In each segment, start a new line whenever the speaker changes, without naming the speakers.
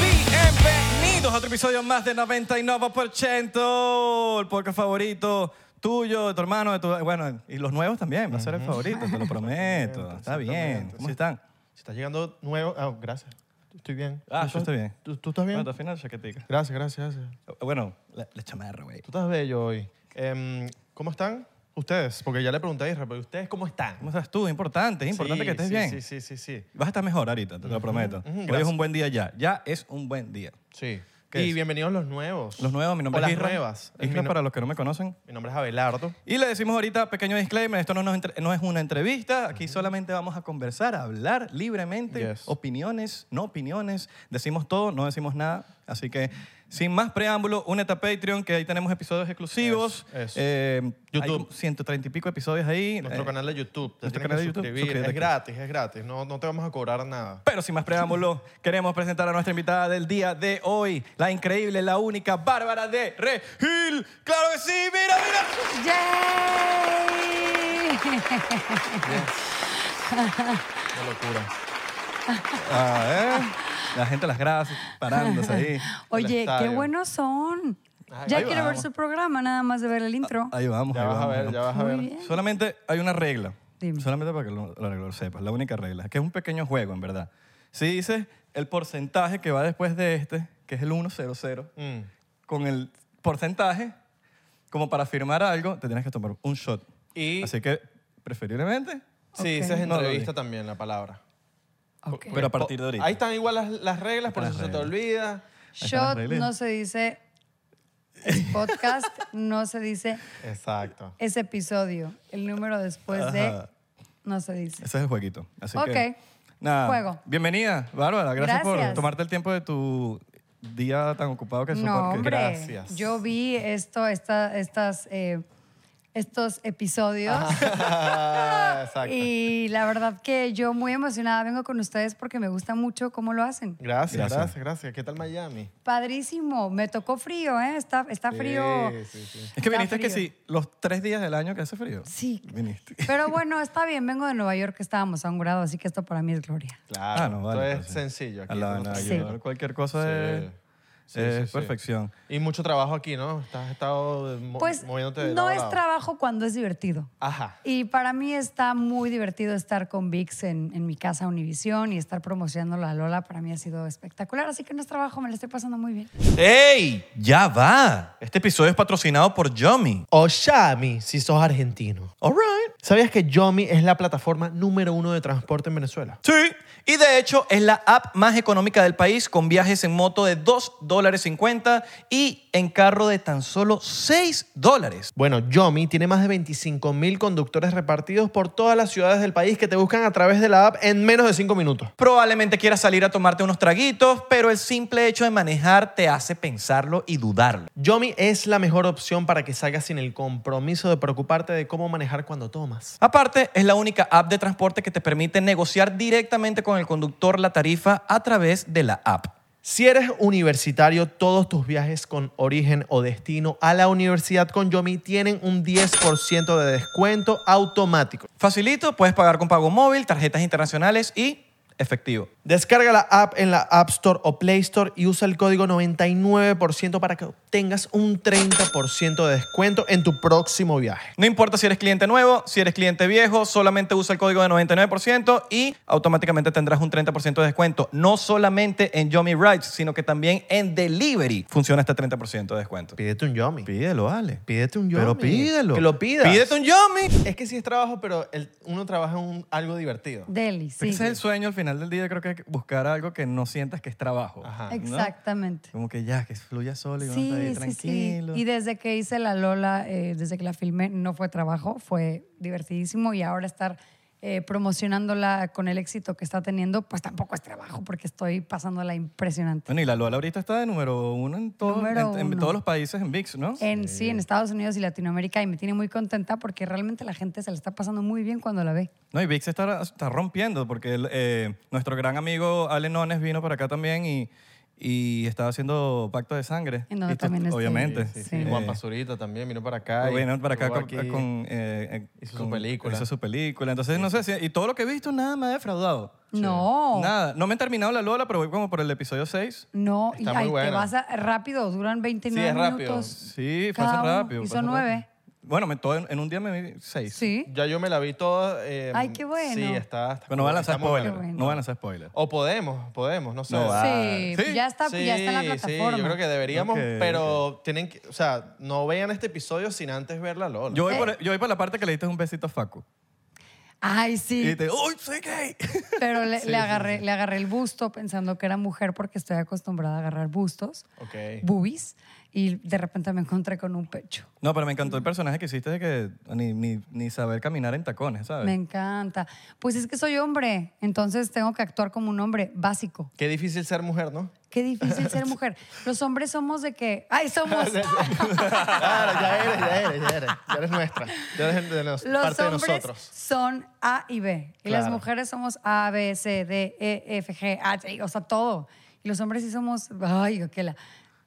Bienvenidos a otro episodio más de 99%, el podcast favorito tuyo, de tu hermano, de tu, bueno, y los nuevos también, va a ser el favorito, te lo prometo. Está bien,
Exactamente.
¿cómo están?
Si estás llegando nuevo, ah, gracias. Estoy bien.
Ah,
¿Tú
yo
estás-
estoy bien.
¿Tú, tú estás bien?
Bueno, al final chaquetica.
Gracias, gracias, gracias.
Bueno, la, la chamarra, güey.
Tú estás bello hoy. Em, ¿Cómo están ustedes? Porque ya le pregunté a Isra, pero ¿ustedes cómo están?
¿Cómo estás tú? Importante, es importante
Sí,
que estés
sí,
bien.
Sí, sí, sí, sí.
Vas a estar mejor ahorita, te lo prometo. Hoy es
gracias.
un buen día ya, ya es un buen día.
Sí.
¿Qué
y
es?
bienvenidos los nuevos.
Los nuevos, mi nombre
o las
es Isra.
nuevas.
Isra,
mi, no-
para los que no me conocen.
mi nombre es Abelardo.
Y le decimos ahorita, pequeño disclaimer, esto no, nos entre- no es una entrevista, aquí solamente vamos a conversar, a hablar libremente,
Yes.
opiniones, no opiniones, decimos todo, no decimos nada, así que sin más preámbulo, únete a Patreon, que ahí tenemos episodios exclusivos,
Eso, eso.
Eh, hay
YouTube.
como 130 y pico episodios ahí.
Nuestro
eh,
canal de YouTube. Te
nuestro
tienen
canal
que
de YouTube,
suscribir.
suscríbete
Es
aquí.
gratis, es gratis. No, no te vamos a cobrar nada.
Pero sin más preámbulo, queremos presentar a nuestra invitada del día de hoy, la increíble, la única Bárbara de Regil. ¡Claro que sí! ¡Mira, mira!
¡Yay!
Una locura.
A ver, Ah, ¿eh? la gente las gracias, parándose ahí.
Oye, qué
estadio.
buenos son.
Ay,
ya
ahí
quiero ver
vamos.
su programa, nada más de ver el intro.
Ahí vamos,
Ya
ahí
vas a
vamos,
ver,
ahí
ya
vamos.
vas a ver.
bien.
Solamente hay una regla.
Dime.
Solamente para que lo, lo, lo sepas. La única regla. Que es un pequeño juego, en verdad. Si dices el porcentaje que va después de este, que es el 100,
Mm.
con el porcentaje, como para firmar algo, te tienes que tomar un shot.
Y-
Así que, preferiblemente.
Sí,
Ok.
dices
No lo
entrevista
digas.
también la palabra.
Ok.
Pero a partir de ahorita.
Ahí están igual las, las reglas, por
Las
eso se te olvida.
están las
Shot
reglas.
no se dice es podcast, no se dice
Exacto.
es episodio. El número después de
Ajá.
no se dice.
Ese es el jueguito. Así
Ok.
que. Nada.
Juego.
Bienvenida, Bárbara. Gracias, por
Gracias.
tomarte el tiempo de tu día tan ocupado que
No,
supongo que-
hombre.
Gracias.
Yo vi esto, esta, estas, eh, estos episodios.
Exacto.
Y la verdad que yo muy emocionada vengo con ustedes porque me gusta mucho cómo lo hacen.
Gracias,
Gracias.
gracias, gracias, ¿Qué tal Miami?
Padrísimo, me tocó frío, ¿eh? Está, está frío.
Sí, sí, sí.
Es que
Está
viniste que
frío.
sí, los tres días del año que hace frío.
Sí.
Viniste.
Pero bueno, está bien, vengo de Nueva York, que estábamos a un grado, así que esto para mí es gloria.
Claro.
Ah, no, vale.
Esto es
entonces.
sencillo. Aquí
A la-
tenemos-
nada,
Sí.
yo- Cualquier cosa es,
Sí,
es
sí, sí.
perfección.
Y mucho trabajo aquí, ¿no? Estás estado mo-
Pues
moviéndote de
no
lado a
es
lado.
trabajo cuando es divertido.
Ajá.
Y para mí está muy divertido estar con VIX en, en mi casa Univisión y estar promocionando la Lola. Para mí ha sido espectacular. Así que no es trabajo, me lo estoy pasando muy bien.
¡Ey! ¡Ya va! Este episodio es patrocinado por Yomi.
Oshami, si sos argentino.
All right.
¿Sabías que Yomi es la plataforma número uno de transporte en Venezuela?
Sí. Y de hecho es la app más económica del país con viajes en moto de 2 dólares 50 y en carro de tan solo 6 dólares.
Bueno, Yomi tiene más de 25.000 conductores repartidos por todas las ciudades del país que te buscan a través de la app en menos de 5 minutos.
Probablemente quieras salir a tomarte unos traguitos, pero el simple hecho de manejar te hace pensarlo y dudarlo.
Yomi es la mejor opción para que salgas sin el compromiso de preocuparte de cómo manejar cuando tomas.
Aparte, es la única app de transporte que te permite negociar directamente con el conductor la tarifa a través de la app.
Si eres universitario, todos tus viajes con origen o destino a la universidad con Yomi tienen un 10% de descuento automático.
Facilito, puedes pagar con pago móvil, tarjetas internacionales y efectivo.
Descarga la app en la App Store o Play Store y usa el código 99% para que obtengas un 30% de descuento en tu próximo viaje.
No importa si eres cliente nuevo, si eres cliente viejo, solamente usa el código de 99% y automáticamente tendrás un 30% de descuento. No solamente en Yomi Rides, sino que también en Delivery funciona este 30% de descuento.
Pídete un Yomi.
Pídelo, Ale.
Pídete un Yomi.
Pero pídelo.
Que lo pidas.
Pídete un Yomi.
Es que sí es trabajo, pero el- uno trabaja en un- algo divertido.
Deli, sí.
Ese es el sueño al final del día, creo que hay que buscar algo que no sientas que es trabajo.
Ajá.
ah, ¿no?
Exactamente.
Como que ya, que fluya solo y uno está ahí
Sí, sí, sí.
tranquilo.
Y desde que hice la Lola, eh, desde que la filmé, no fue trabajo, fue divertidísimo y ahora estar eh, promocionándola con el éxito que está teniendo, pues tampoco es trabajo porque estoy pasándola impresionante.
Bueno, y la Lola ahorita está de número uno en, todo-
Número
en- en
uno. Eh,
todos los países en VIX, ¿no?
En, sí, en Estados Unidos y Latinoamérica y me tiene muy contenta porque realmente la gente se la está pasando muy bien cuando la ve.
No, y VIX está, está rompiendo porque el, eh, nuestro gran amigo Ale Nones vino para acá también y, y estaba haciendo Pacto de Sangre.
En donde
¿Viste?
también estoy.
Obviamente.
Sí, sí, sí.
Y
Eh,
Juan Pazurita también vino para acá. y
Pues Vino para acá
estuvo
con,
aquí.
con, eh, eh,
hizo su
con-
película.
Hizo su película. Entonces, no sé, si- y todo lo que he visto, nada me ha defraudado.
No.
Nada. No me he terminado la Lola, pero voy como por el episodio 6.
No, y
Está muy
ay, te
buena.
vas a, rápido, duran 29
Sí, es rápido.
minutos.
Sí,
Cada
pasa
uno.
rápido.
Y
pasa
son nueve.
rápido. Bueno, me, todo en, en un día me vi 6.
Sí.
Ya yo me la vi toda. eh,
Ay, qué bueno.
Sí, está. está
Pero no van a lanzar
está muy buena.
spoiler.
Qué bueno.
No van a lanzar spoiler.
O podemos, podemos, no sé.
No va.
Sí,
Sí.
Ya, está, ya está en la
Sí,
plataforma.
Sí, yo creo que deberíamos,
Ok,
pero tienen que, o sea, no vean este episodio sin antes ver la Lola.
Eh.
Yo voy, por, yo voy por la parte que le diste un besito a Facu.
Ay, sí.
Y te, ¡Uy, soy gay!
Pero le, le agarré, le agarré el busto pensando que era mujer porque estoy acostumbrada a agarrar bustos,
Ok.
boobies, y de repente me encontré con un pecho.
No, pero me encantó el personaje que hiciste de que ni, ni, ni saber caminar en tacones, ¿sabes?
Me encanta. Pues es que soy hombre, entonces tengo que actuar como un hombre básico.
Qué difícil ser mujer, ¿no?
Qué difícil ser mujer. Los hombres somos de que, ay, somos.
claro, ya eres, ya eres, ya eres. Ya eres nuestra. Ya eres de nos-
Los
parte de
hombres
nosotros.
son A y B. Y las
Claro.
mujeres somos A, B, C, D, E, F, G, H, I, o sea, todo. Y los hombres sí somos, ay, que la.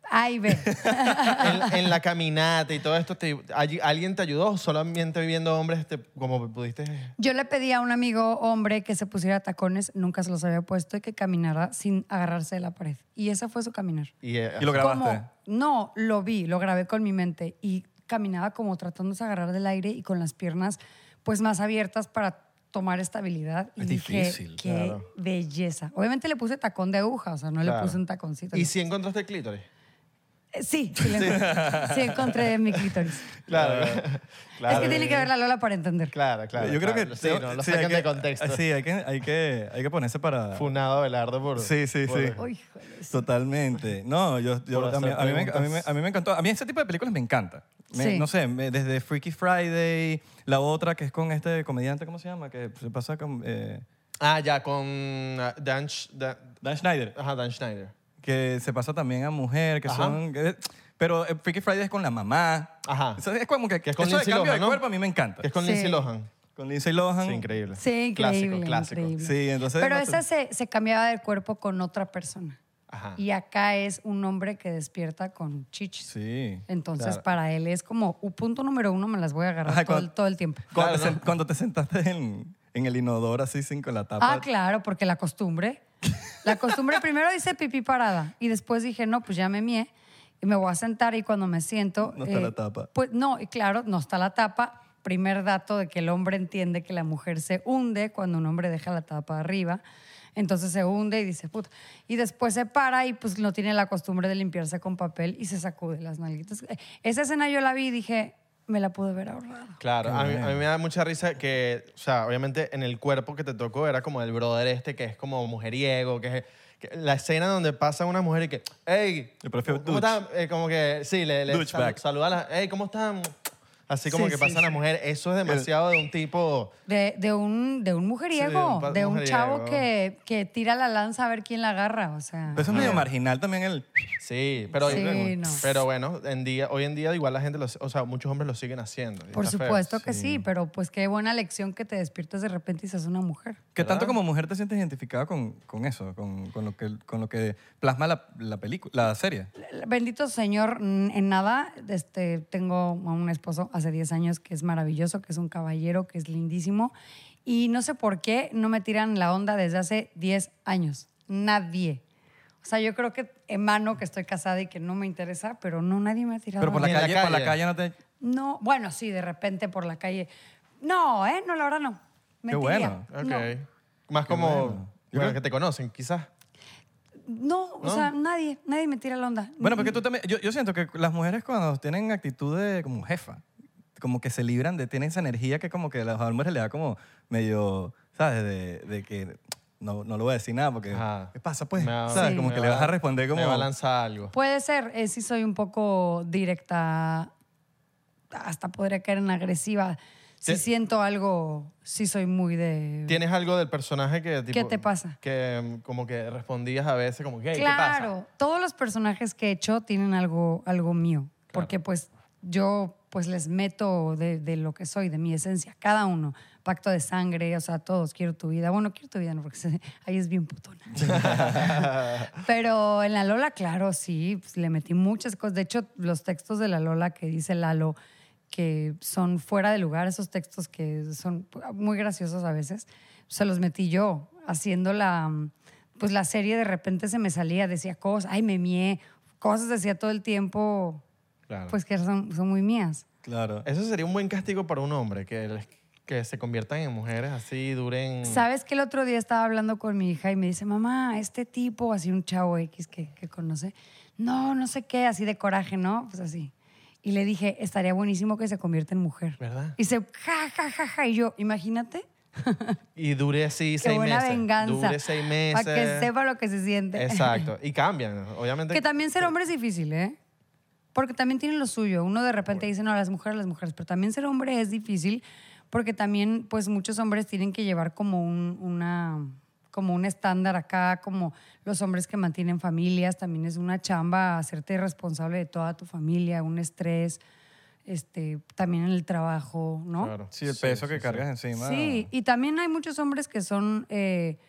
A y B.
En, en la caminata y todo esto, te- allí- ¿alguien te ayudó? o Solamente viendo hombres, te- como pudiste.
Yo le pedí a un amigo hombre que se pusiera tacones, nunca se los había puesto, y que caminara sin agarrarse de la pared. Y ese fue su caminar.
Y, eh,
Y lo grabaste.
Como- No, lo vi, lo grabé con mi mente y caminaba como tratándose de agarrar del aire y con las piernas pues más abiertas para tomar estabilidad. Y
Es
dije,
difícil,
qué belleza. Obviamente le puse tacón de aguja, o sea, no le
Claro.
puse un taconcito.
¿Y si encontraste el clítoris?
Eh, Sí, sí, le encontré, sí encontré mi clítoris.
Claro.
es que tiene que ver la Lola para entender.
Claro, claro.
Yo creo
claro.
que...
Sí, no, lo
sí, hay
sacan
que-
de contexto.
Sí, hay que, hay que, hay que ponerse para...
Funado Abelardo por.
Sí, sí,
por-
sí.
Uy, híjole, sí.
Totalmente. No, yo, yo-
Por
a, mí,
hacer
a mí me, a, mí me,
preguntas.
a mí me encantó. A mí ese tipo de películas me encanta. Me-
Sí.
No sé, me- desde Freaky Friday, la otra que es con este comediante, ¿cómo se llama? Que se pasa con... eh,
Ah, ya, con ah, Dan, Sch- Dan-
Dan Schneider.
ajá, Dan Schneider.
que se pasa también a mujer, que son... que- pero eh, Freaky Friday es con la mamá.
Ajá.
Eso es como que,
Que es con
eso de
Lindsay
cambio
Lohan,
de
¿no?
cuerpo a mí me encanta.
Que es con
Sí.
Lindsay Lohan.
Con Lindsay Lohan.
Sí, increíble.
Sí, increíble,
Clásico, clásico.
increíble.
Sí, entonces...
Pero
no sé.
esa se, se cambiaba de cuerpo con otra persona.
Ajá.
Y acá es un hombre que despierta con chichis.
Sí.
Entonces, para él es como, un punto número uno me las voy a agarrar
Ajá,
todo, el,
cuando-
todo el tiempo.
Cuando,
Claro,
te, sen- cuando te sentaste en, en el inodoro así sin con la tapa.
Ah, claro, porque la costumbre. La costumbre primero dice pipí parada y después dije, no, pues ya me mié y me voy a sentar y cuando me siento...
No está la tapa.
Pues no, y claro, no está la tapa. Primer dato de que el hombre entiende que la mujer se hunde cuando un hombre deja la tapa arriba. Entonces se hunde y dice, puta. Y después se para y pues no tiene la costumbre de limpiarse con papel y se sacude las nalguitas. Eh, Esa escena yo la vi y dije, me la pude haber ahorrado.
Claro, a mí, a mí me da mucha risa que, o sea, obviamente en el cuerpo que te tocó era como el brother este que es como mujeriego, que es que la escena donde pasa una mujer y que, hey,
Yo prefiero
¿cómo
douche.
están? Eh, como que, sí, le, le
Douche
sal-
back.
saluda a la, hey, ¿cómo están? Así como
Sí,
que
sí,
pasa una mujer, eso es demasiado de un tipo...
De, de un, de un
Sí,
mujeriego,
un pa-
de un chavo
mujeriego.
que, que tira la lanza a ver quién la agarra, o sea.
Pero Eso es medio marginal también el...
Sí, pero,
Sí, no.
pero bueno, en día, hoy en día igual la gente, lo- o sea, muchos hombres lo siguen haciendo. y
Por
está feo.
supuesto que sí. pero pues qué buena lección que te despiertas de repente y seas una mujer.
¿Qué tanto como mujer te sientes identificada con, con eso? Con, con lo que, con lo que plasma la, la película, la serie.
Bendito Señor, mm, en nada, este, tengo a un esposo hace 10 años que es maravilloso, que es un caballero, que es lindísimo Y no sé por qué no me tiran la onda desde hace 10 años. Nadie. O sea, yo creo que emano que estoy casada y que no me interesa, pero no, nadie me ha tirado
Pero por la,
Ni en la
calle, por la
calle.
calle no te...
No, bueno, sí, de repente por la calle. No, ¿eh? No, la verdad no. Mentiría.
Qué bueno.
No.
Ok. Más como bueno, que te conocen, quizás.
No, o sea, nadie, nadie me tira la onda.
Bueno, porque tú también... Yo, yo siento que las mujeres cuando tienen actitud de como jefa, como que se libran de... Tienen esa energía que como que a las mujeres le da como medio, ¿sabes? De, de que... No, no le voy a decir nada porque...
Ajá.
¿Qué pasa, pues?
Me va-
¿Sabes?
Sí.
Como
me
que le
va-
vas a responder como...
Me va a lanzar algo.
Puede ser, eh, sí soy un poco directa, hasta podría caer en agresiva. Si
Te-
siento algo, sí soy muy de...
¿Tienes algo del personaje que tipo,
¿Qué te pasa?
Que mm, como que respondías a veces como, hey,
claro, todos los personajes que he hecho tienen algo, algo mío, porque pues yo pues les meto de, de lo que soy, de mi esencia, cada uno. Pacto de sangre, o sea, todos, quiero tu vida. Bueno, quiero tu vida, no, porque se- ahí es bien putona. Pero en La Lola, claro, sí, pues, le metí muchas cosas. De hecho, los textos de La Lola que dice Lalo, que son fuera de lugar, esos textos que son muy graciosos a veces, se los metí yo haciendo la, mm, pues la serie. De repente se me salía, decía cosas, ay, me mié, cosas decía todo el tiempo,
pasa? Claro.
pues que son, son muy mías.
Claro.
Eso sería un buen castigo para un hombre, que, les- que se conviertan en mujeres así, duren...
¿Sabes que el otro día estaba hablando con mi hija y me dice, mamá, este tipo, así un chavo X que, que conoce, no, no sé qué, así de coraje, ¿no? Pues así. Y le dije, estaría buenísimo que se convierta en mujer.
¿Verdad?
Y se, ja, ja, ja, ja. Y yo, imagínate,
Y dure así
qué
seis
buena
meses.
venganza.
Dure seis meses.
Para que sepa lo que se siente.
Exacto. Y cambian, obviamente.
que también ser hombre es difícil, ¿eh? Porque también tienen lo suyo. Uno de repente dice, no, las mujeres, las mujeres. Pero también ser hombre es difícil porque también, pues, muchos hombres tienen que llevar como un, una, como un estándar acá, como los hombres que mantienen familias. También es una chamba hacerte responsable de toda tu familia, un estrés, este, también en el trabajo, ¿no?
Claro.
Sí, el peso que
sí, sí.
cargas encima.
Sí, y también hay muchos hombres que son eh,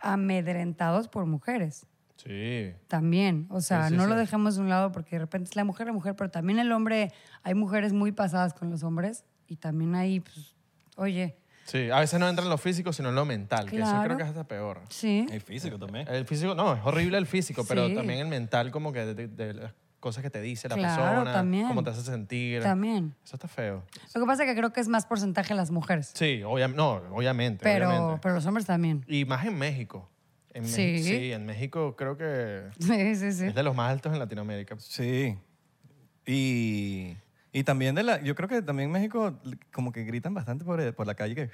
amedrentados por mujeres
Sí.
también. O sea,
Sí, sí,
no lo
sí.
dejemos de un lado porque de repente es la mujer, la mujer, pero también el hombre, hay mujeres muy pasadas con los hombres y también ahí, pues, oye,
Sí, a veces no entra en lo físico, sino en lo mental, que eso
Claro.
creo que es hasta peor.
sí.
Y físico también.
El físico, no, es horrible el físico, pero
Sí.
también el mental, como que de, de- de las cosas que te dice la
Claro,
persona,
también.
cómo te hace sentir.
También.
Eso está feo.
Lo que pasa es que creo que es más porcentaje las mujeres,
Sí, obvia- no, obviamente.
pero,
obviamente.
pero los hombres también.
Y más en México. En Mex-
Sí.
sí, en México creo que
Sí, sí, sí.
es de los más altos en Latinoamérica.
Sí. Y, y también de la... Yo creo que también en México como que gritan bastante por, por la calle que...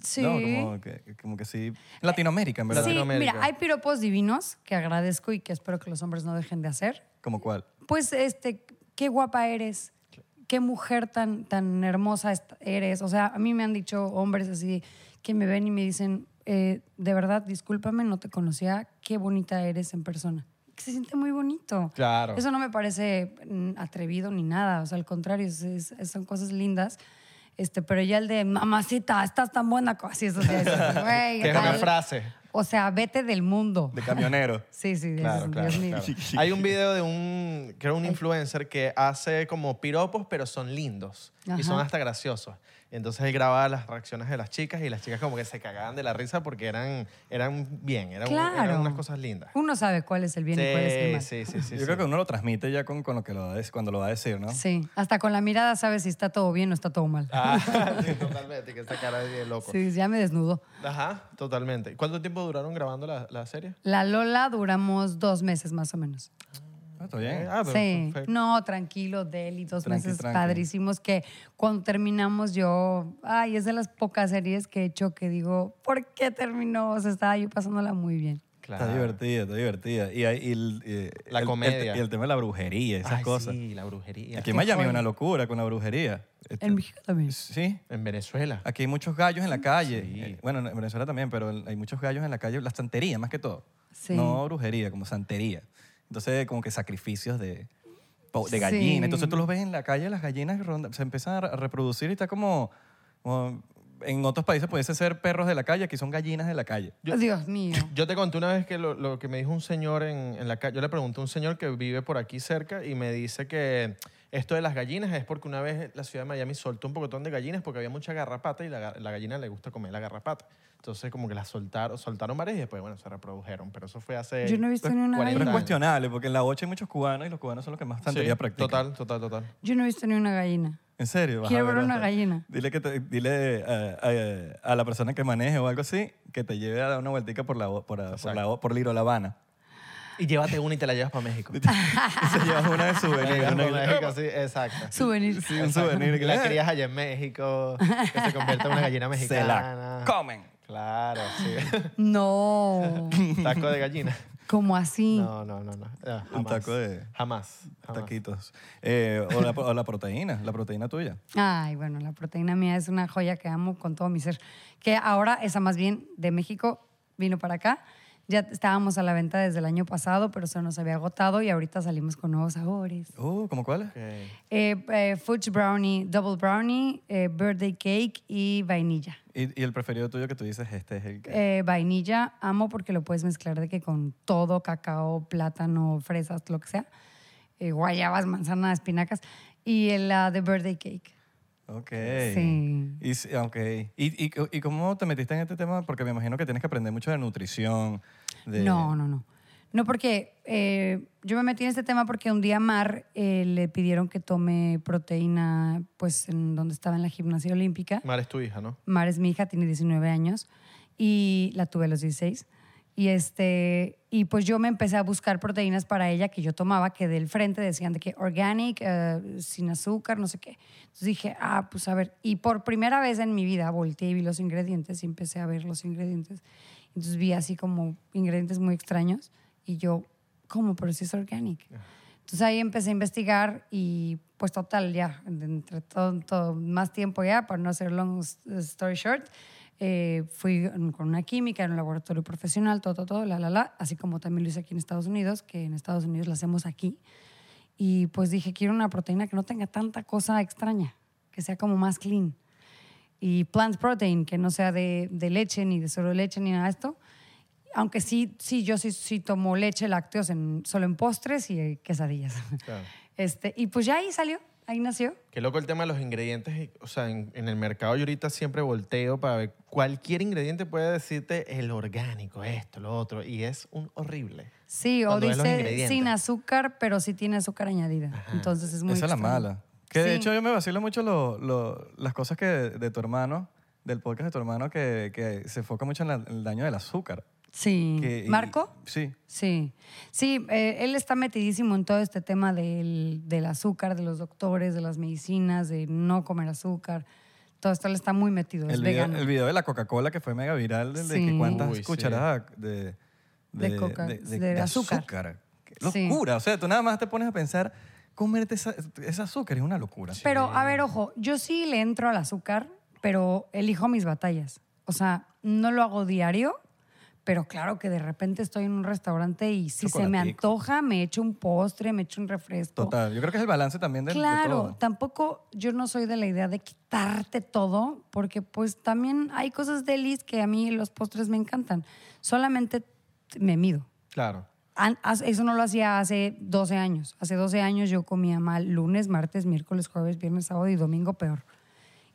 Sí.
No, como que, como que sí. Latinoamérica, en verdad.
Sí,
Latinoamérica.
mira, hay piropos divinos que agradezco y que espero que los hombres no dejen de hacer.
¿Como cuál?
pues este, qué guapa eres, qué mujer tan, tan hermosa est- eres. O sea, a mí me han dicho hombres así que me ven y me dicen, eh, de verdad, discúlpame, no te conocía, qué bonita eres en persona. Que se siente muy bonito.
Claro.
Eso no me parece mm, atrevido ni nada, o sea, al contrario, es- es- son cosas lindas. Este, pero ya el de mamacita, estás tan buena, co- así eso sí, eso sí, güey,
Que es una
tal.
frase.
O sea, vete del mundo.
De camionero.
Sí, sí, eso
Claro,
es-
claro,
Dios mío.
claro. Hay un video de un, creo un influencer que hace como piropos, pero son lindos
Ajá.
y son hasta graciosos. Y entonces él grababa las reacciones de las chicas y las chicas como que se cagaban de la risa porque eran, eran bien, eran, eran
Claro.
unas cosas lindas.
Uno sabe cuál es el bien y cuál es el
Sí,
mal.
sí, sí, sí.
Yo
sí.
creo que uno lo transmite ya con, con lo que lo va a dec- cuando lo va a decir, ¿no?
Sí, hasta con la mirada sabes si está todo bien o está todo mal.
Ah, sí, totalmente, que esta cara es de loco.
Sí, ya me desnudo.
Ajá, totalmente. ¿Cuánto tiempo duraron grabando la, la serie?
La Lola duramos dos meses más o menos.
Ah, está bien.
Ah, pero
Sí,
perfecto.
no, tranquilo, Deli, dos
Tranqui,
meses
tranqui.
padrísimos que cuando terminamos yo, ay, es de las pocas series que he hecho que digo, ¿por qué terminó? O sea, estaba yo pasándola muy bien.
Claro.
Está divertida, está divertida. Y, hay- y el- y
La
el-
comedia.
el- y el tema de la brujería, esas
Ay,
cosas.
Sí, la brujería.
Aquí en Miami hay una locura con la brujería. Este,
En México también.
Sí.
En Venezuela.
Aquí hay muchos gallos en la calle. Eh, Bueno, en Venezuela también, pero el- hay muchos gallos en la calle. La santería, más que todo.
Sí.
No brujería, como santería. Entonces, como que sacrificios de, po- de
Sí.
gallina. Entonces, tú los ves en la calle, las gallinas ronda- se empiezan a re- a reproducir y está como, como- En otros países pudiese ser perros de la calle, aquí son gallinas de la calle.
Yo-
Pues, Dios mío.
Yo te conté una vez que lo, lo que me dijo un señor en, en la calle, yo le pregunté a un señor que vive por aquí cerca y me dice que Esto de las gallinas es porque una vez la ciudad de Miami soltó un pocotón de gallinas porque había mucha garrapata y la, ga- la gallina le gusta comer la garrapata. Entonces, como que las soltaron, soltaron varias y después, bueno, se reprodujeron. Pero eso fue hace.
Yo no he visto ni una
40
Pero es
gallina.
años.
cuestionable, porque en la 8 hay muchos cubanos y los cubanos son los que más santería
Sí,
practican.
Total, total, total.
Yo no he visto ni una gallina.
¿En serio? Vas
Quiero
a
ver una
hasta-
gallina.
Dile, que te- dile eh, a, a- a la persona que maneje o algo así que te lleve a dar una vueltica por la o- por, a- por, la, o- por Liro, La Habana.
Y llévate una y te la llevas para México.
Y se llevas una
Te
de
la
souvenir.
llevas
una-
pa' México, sí, exacto.
Souvenir.
sí, un souvenir.
Y la crías allá en México, que se convierta en una gallina
Se
mexicana.
la comen.
Claro, sí.
No.
Taco de gallina.
¿Cómo así?
No, no, no, no. Ah,
Un
jamás.
taco de-
Jamás. jamás.
Taquitos. Eh, o, la, o la proteína, la proteína tuya.
Ay, bueno, la proteína mía es una joya que amo con todo mi ser. Que ahora esa más bien de México vino para acá. Ya estábamos a la venta desde el año pasado, pero se nos había agotado y ahorita salimos con nuevos sabores.
Uh, ¿Cómo cuál es?
Ok.
Eh, eh, fudge brownie, double brownie, eh, birthday cake y vainilla.
Y, y el preferido tuyo que tú dices, este es el que...
Eh, vainilla amo porque lo puedes mezclar de que con todo, cacao, plátano, fresas, lo que sea. Eh, guayabas, manzanas, espinacas. Y el, la de birthday cake.
Ok.
Sí.
Y, si- ok. ¿Y, y, y cómo te metiste en este tema? Porque me imagino que tienes que aprender mucho de nutrición. De,
No, no, no. No, porque eh, yo me metí en este tema porque un día a Mar eh, le pidieron que tome proteína, pues en donde estaba en la gimnasia olímpica.
Mar es tu hija, ¿no?
Mar es mi hija, tiene 19 años y la tuve a los 16. Y, este, y pues yo me empecé a buscar proteínas para ella que yo tomaba, que del frente decían de que organic, eh, sin azúcar, no sé qué. Entonces dije, ah, pues a ver. Y por primera vez en mi vida volteé y vi los ingredientes y empecé a ver los ingredientes. Entonces vi así como ingredientes muy extraños y yo, ¿cómo? Pero si es organic. Entonces ahí empecé a investigar y pues total, ya, entre todo, todo- más tiempo ya, para no hacer long s- story short, eh, fui con una química en un laboratorio profesional, todo, todo, todo, la, la, la, así como también lo hice aquí en Estados Unidos, que en Estados Unidos lo hacemos aquí. Y pues dije, quiero una proteína que no tenga tanta cosa extraña, que sea como más clean. Y plant protein, que no sea de, de leche, ni de solo leche, ni nada de esto. Aunque sí, sí, yo sí, sí tomo leche, lácteos, en, solo en postres y eh, quesadillas.
Claro.
Este, y pues ya ahí salió, ahí nació.
Qué loco el tema de los ingredientes. y- O sea, en, en el mercado yo ahorita siempre volteo para ver cualquier ingrediente puede decirte el orgánico, esto, lo otro. Y es un horrible.
Sí,
Cuando
o
ves los
dice
ingredientes.
sin azúcar, pero sí tiene azúcar añadida. Entonces es muy
Esa es la
extraño.
mala. Que de
Sí.
hecho yo me vacilo mucho lo- lo- las cosas que de, tu hermano, del podcast de tu hermano, que, que se enfoca mucho en, la- en el daño del azúcar.
Sí.
Que- y-
¿Marco?
sí.
Sí, sí, eh, él está metidísimo en todo este tema del, del azúcar, de los doctores, de las medicinas, de no comer azúcar. Todo esto él está muy metido, es
El video,
vegano.
el video de la Coca-Cola que fue mega viral, del de que
Sí.
cuántas
Uy, sí.
cucharadas de,
De coca- de azúcar.
Qué
Sí.
locura. O sea, tú nada más te pones a pensar, comerte esa- ese azúcar es una locura.
Pero, a ver, ojo, yo sí le entro al azúcar, pero elijo mis batallas. O sea, no lo hago diario, pero claro que de repente estoy en un restaurante y si se me
Chocolatico.
antoja, me echo un postre, me echo un refresco.
Total. Yo creo que es el balance también del
Claro,
de todo.
tampoco yo no soy de la idea de quitarte todo, porque pues también hay cosas delis que a mí los postres me encantan. Solamente t- me mido.
Claro.
An- as- Eso no lo hacía hace 12 años. Hace 12 años yo comía mal lunes, martes, miércoles, jueves, viernes, sábado y domingo peor.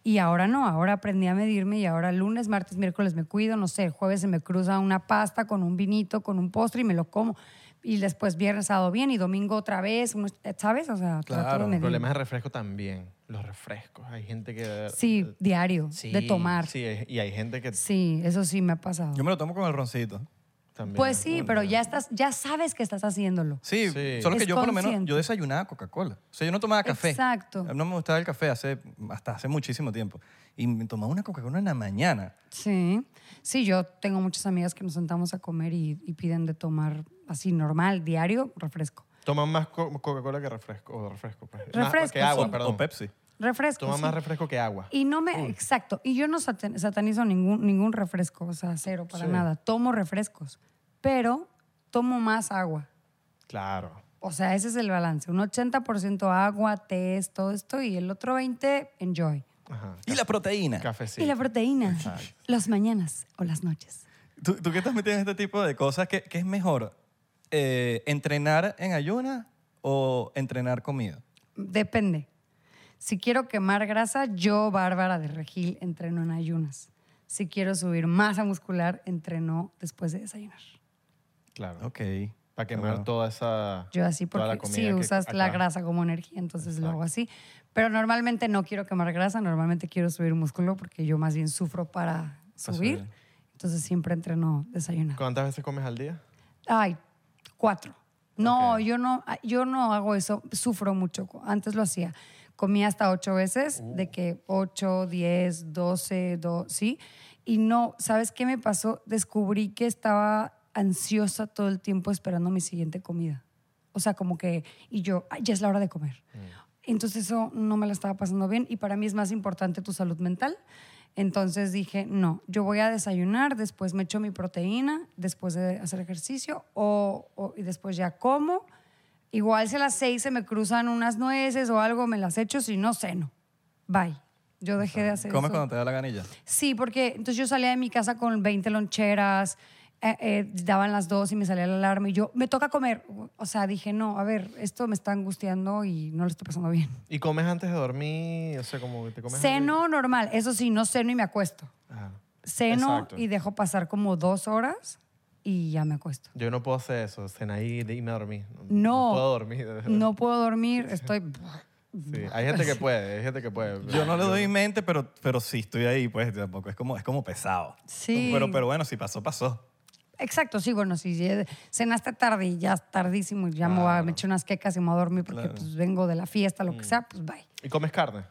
Y ahora no, ahora aprendí a medirme y ahora lunes, martes, miércoles me cuido, no sé, jueves se me cruza una pasta con un vinito, con un postre y me lo como. Y después viernes, sábado bien y domingo otra vez, uno- ¿sabes? O sea, trato de
Claro,
El
medirme.
problema es el refresco también. Los refrescos. Hay gente que.
Sí, diario, de tomar. Sí.
Sí, y hay gente que
eso sí me ha pasado.
Yo me lo tomo con el roncito.
también.
Pues sí, pero ya estás, ya sabes que estás haciéndolo.
Sí,
Sí.
solo que
Es
yo por lo menos
consciente.
yo desayunaba Coca-Cola. O sea, yo no tomaba café.
Exacto.
No me gustaba el café hace, hasta hace muchísimo tiempo. Y me tomaba una Coca-Cola en la mañana.
Sí, sí, yo tengo muchas amigas que nos sentamos a comer y, y piden de tomar así normal, diario, refresco.
Toman más co- Coca-Cola que refresco. O refresco, pues. Más-
Refresco,
que agua,
sí.
perdón.
O Pepsi.
Refresco.
Toman
sí.
más refresco que agua.
Y no me, exacto, y yo no satan- satanizo ningún, ningún refresco, o sea, cero, para
Sí.
nada. Tomo refrescos, pero tomo más agua.
Claro.
O sea, ese es el balance. Un 80% agua, té, todo esto, y el otro 20% enjoy.
Ajá.
Y la proteína.
Cafecito.
Y la proteína, las mañanas o las noches.
¿Tú, tú que estás metido en este tipo de cosas, ¿qué, qué es mejor? Eh, ¿Entrenar en ayunas o entrenar comida?
Depende. Si quiero quemar grasa, yo, Bárbara de Regil, entreno en ayunas. Si quiero subir masa muscular, entreno después de desayunar.
Claro.
Ok.
Para quemar toda esa.
Yo así
toda la
porque
comida
sí
que-
usas la
acá.
grasa como energía, entonces lo hago así. Pero normalmente no quiero quemar grasa, normalmente quiero subir músculo porque yo más bien sufro para subir.
subir.
Entonces siempre entreno desayunar.
¿Cuántas veces comes al día?
Ay, cuatro. No,
Ok.
yo no, ah, yo no hago eso. Sufro mucho. Antes lo hacía. Comía hasta ocho veces, de que ocho, diez, doce, dos, sí. Y no, ¿sabes qué me pasó? Descubrí que estaba ansiosa todo el tiempo esperando mi siguiente comida. O sea, como que, y yo, "Ay, ya es la hora de comer.
Mm.
Entonces eso no me la estaba pasando bien y para mí es más importante tu salud mental. Entonces dije, no, yo voy a desayunar, después me echo mi proteína, después de hacer ejercicio o, o- y después ya como. Igual si a las seis se me cruzan unas nueces o algo, me las echo, si no, ceno. Bye. Yo dejé de hacer
Comes
eso.
cuando te da la ganilla.
Sí, porque entonces yo salía de mi casa con 20 loncheras, eh, eh, daban las dos y me salía la alarma y yo, me toca comer. O sea, dije, no, a ver, esto me está angustiando y no lo estoy pasando bien.
¿Y comes antes de dormir? O sea, como que te comes.
Ceno normal, eso sí, no ceno y me acuesto.
Ah.
Ceno
Exacto.
y dejo pasar como dos horas y ya me acuesto.
Yo no puedo hacer eso, cenar y irme a dormir.
No.
No puedo dormir. de verdad.
No puedo dormir, estoy...
Sí, Hay gente que puede, hay gente que puede.
Yo no le doy mente, pero, pero sí estoy ahí, pues tampoco. Es como, es como pesado.
Sí.
Pero, pero bueno, si pasó, pasó.
Exacto, sí, bueno, si ya- cenaste tarde y ya es tardísimo y ya me, voy a- me echo unas quecas y me voy a dormir porque pues, vengo de la fiesta, lo que
Mm.
sea, pues bye.
¿Y comes carne?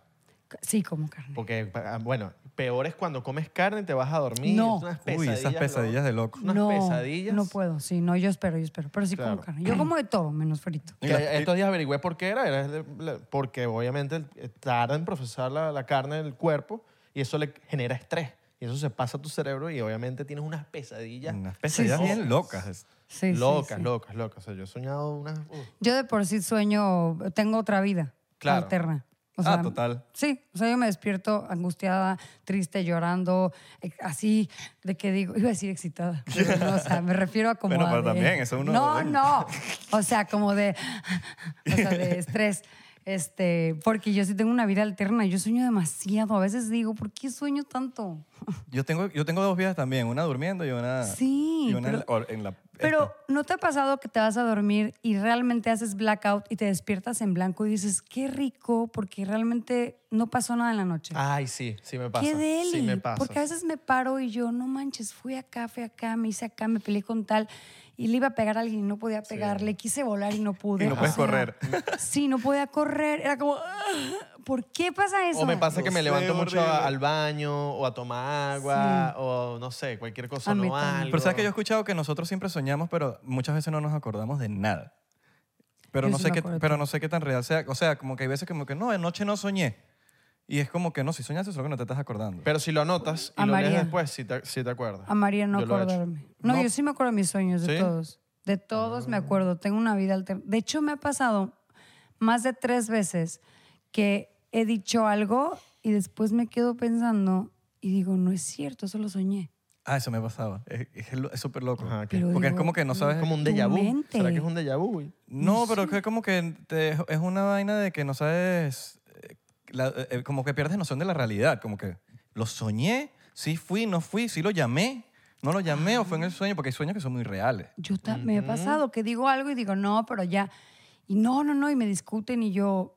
Sí, como carne.
Porque, ah, bueno, peor es cuando comes carne y te vas a dormir.
No.
es unas
Uy, esas
¿no?
pesadillas de loco.
Unas
no,
pesadillas.
No puedo, sí, no, yo espero, yo espero. Pero sí
Claro.
como carne. Yo como de todo, menos frito.
Que
Y las-
estos días averigüé por qué era, era el- la- porque obviamente el- eh, tarda en procesar la, la carne del cuerpo y eso le genera estrés. Y eso se pasa a tu cerebro y obviamente tienes unas pesadillas
Unas pesadillas
Sí, sí.
bien locas.
Sí, sí,
locas,
sí.
locas, locas. O sea, yo he soñado unas... uh.
Yo de por sí sueño, tengo otra vida
Claro.
alterna. O
Ah, total.
Sí, o sea, yo me despierto angustiada, triste, llorando, eh, así, de que digo, iba a decir excitada. pero no, o sea, me refiero a como.
Bueno,
a
pero
de-
también, eso uno-
No,
bueno.
no. O sea, como de. O sea, de estrés. Este, porque yo sí tengo una vida alterna, yo sueño demasiado. A veces digo, ¿por qué sueño tanto?
Yo tengo, yo tengo dos vidas también, una durmiendo y una,
Sí,
y una en
pero-
la- en la...
Pero
Este.
¿no te ha pasado que te vas a dormir y realmente haces blackout y te despiertas en blanco y dices, qué rico, porque realmente no pasó nada en la noche?
Ay, sí, sí Ah, me pasa.
qué deli.
Sí me pasa.
Porque a veces me paro y yo, no manches, fui acá, fui acá, me hice acá, me peleé con tal y le iba a pegar a alguien y no podía pegarle, quise volar y no pude.
este, Y no
o
puedes
sea,
correr.
Sí, no podía correr. Era como, "Ah, ¿por qué pasa eso?
O me pasa
No
que me
sé,
levanto mucho
horrible.
a- al baño o a tomar agua o no sé, cualquier cosa,
A mí
no
también.
algo.
Pero sabes que yo he escuchado que nosotros siempre soñamos, pero muchas veces no nos acordamos de nada. Pero
Yo
no
sí
sé
me
qué,
acuerdo.
pero no sé qué tan real sea. O sea, como que hay veces como que no, anoche no soñé. Y es como que no, si soñaste solo que no te estás acordando.
Pero si lo anotas y
A
lo
María.
lees después, si te, sí te acuerdas.
A María no
Yo lo he hecho.
acordarme. No,
No.
yo sí me acuerdo de mis sueños, de
¿Sí?
todos. De todos me acuerdo. Tengo una vida alterna. De hecho, me ha pasado más de tres veces que he dicho algo y después me quedo pensando y digo, no es cierto, eso lo soñé.
ah, eso me pasaba. Es- Es lo- es súper loco.
Ajá, que
Pero
Porque es
digo,
como que no sabes...
Es como un
Tu
déjà vu.
mente.
¿Será que es un déjà vu? güey?
No, pero es que como que te- es una vaina de que no sabes, eh, la- eh, como que pierdes noción de la realidad, como que lo soñé, sí fui, no fui, sí lo llamé, no lo llamé o fue
Ah.
en el sueño, porque hay sueños que son muy reales.
Yo ta- me ha pasado que digo algo y digo, no, pero ya. Y no, no, no, y me discuten y yo.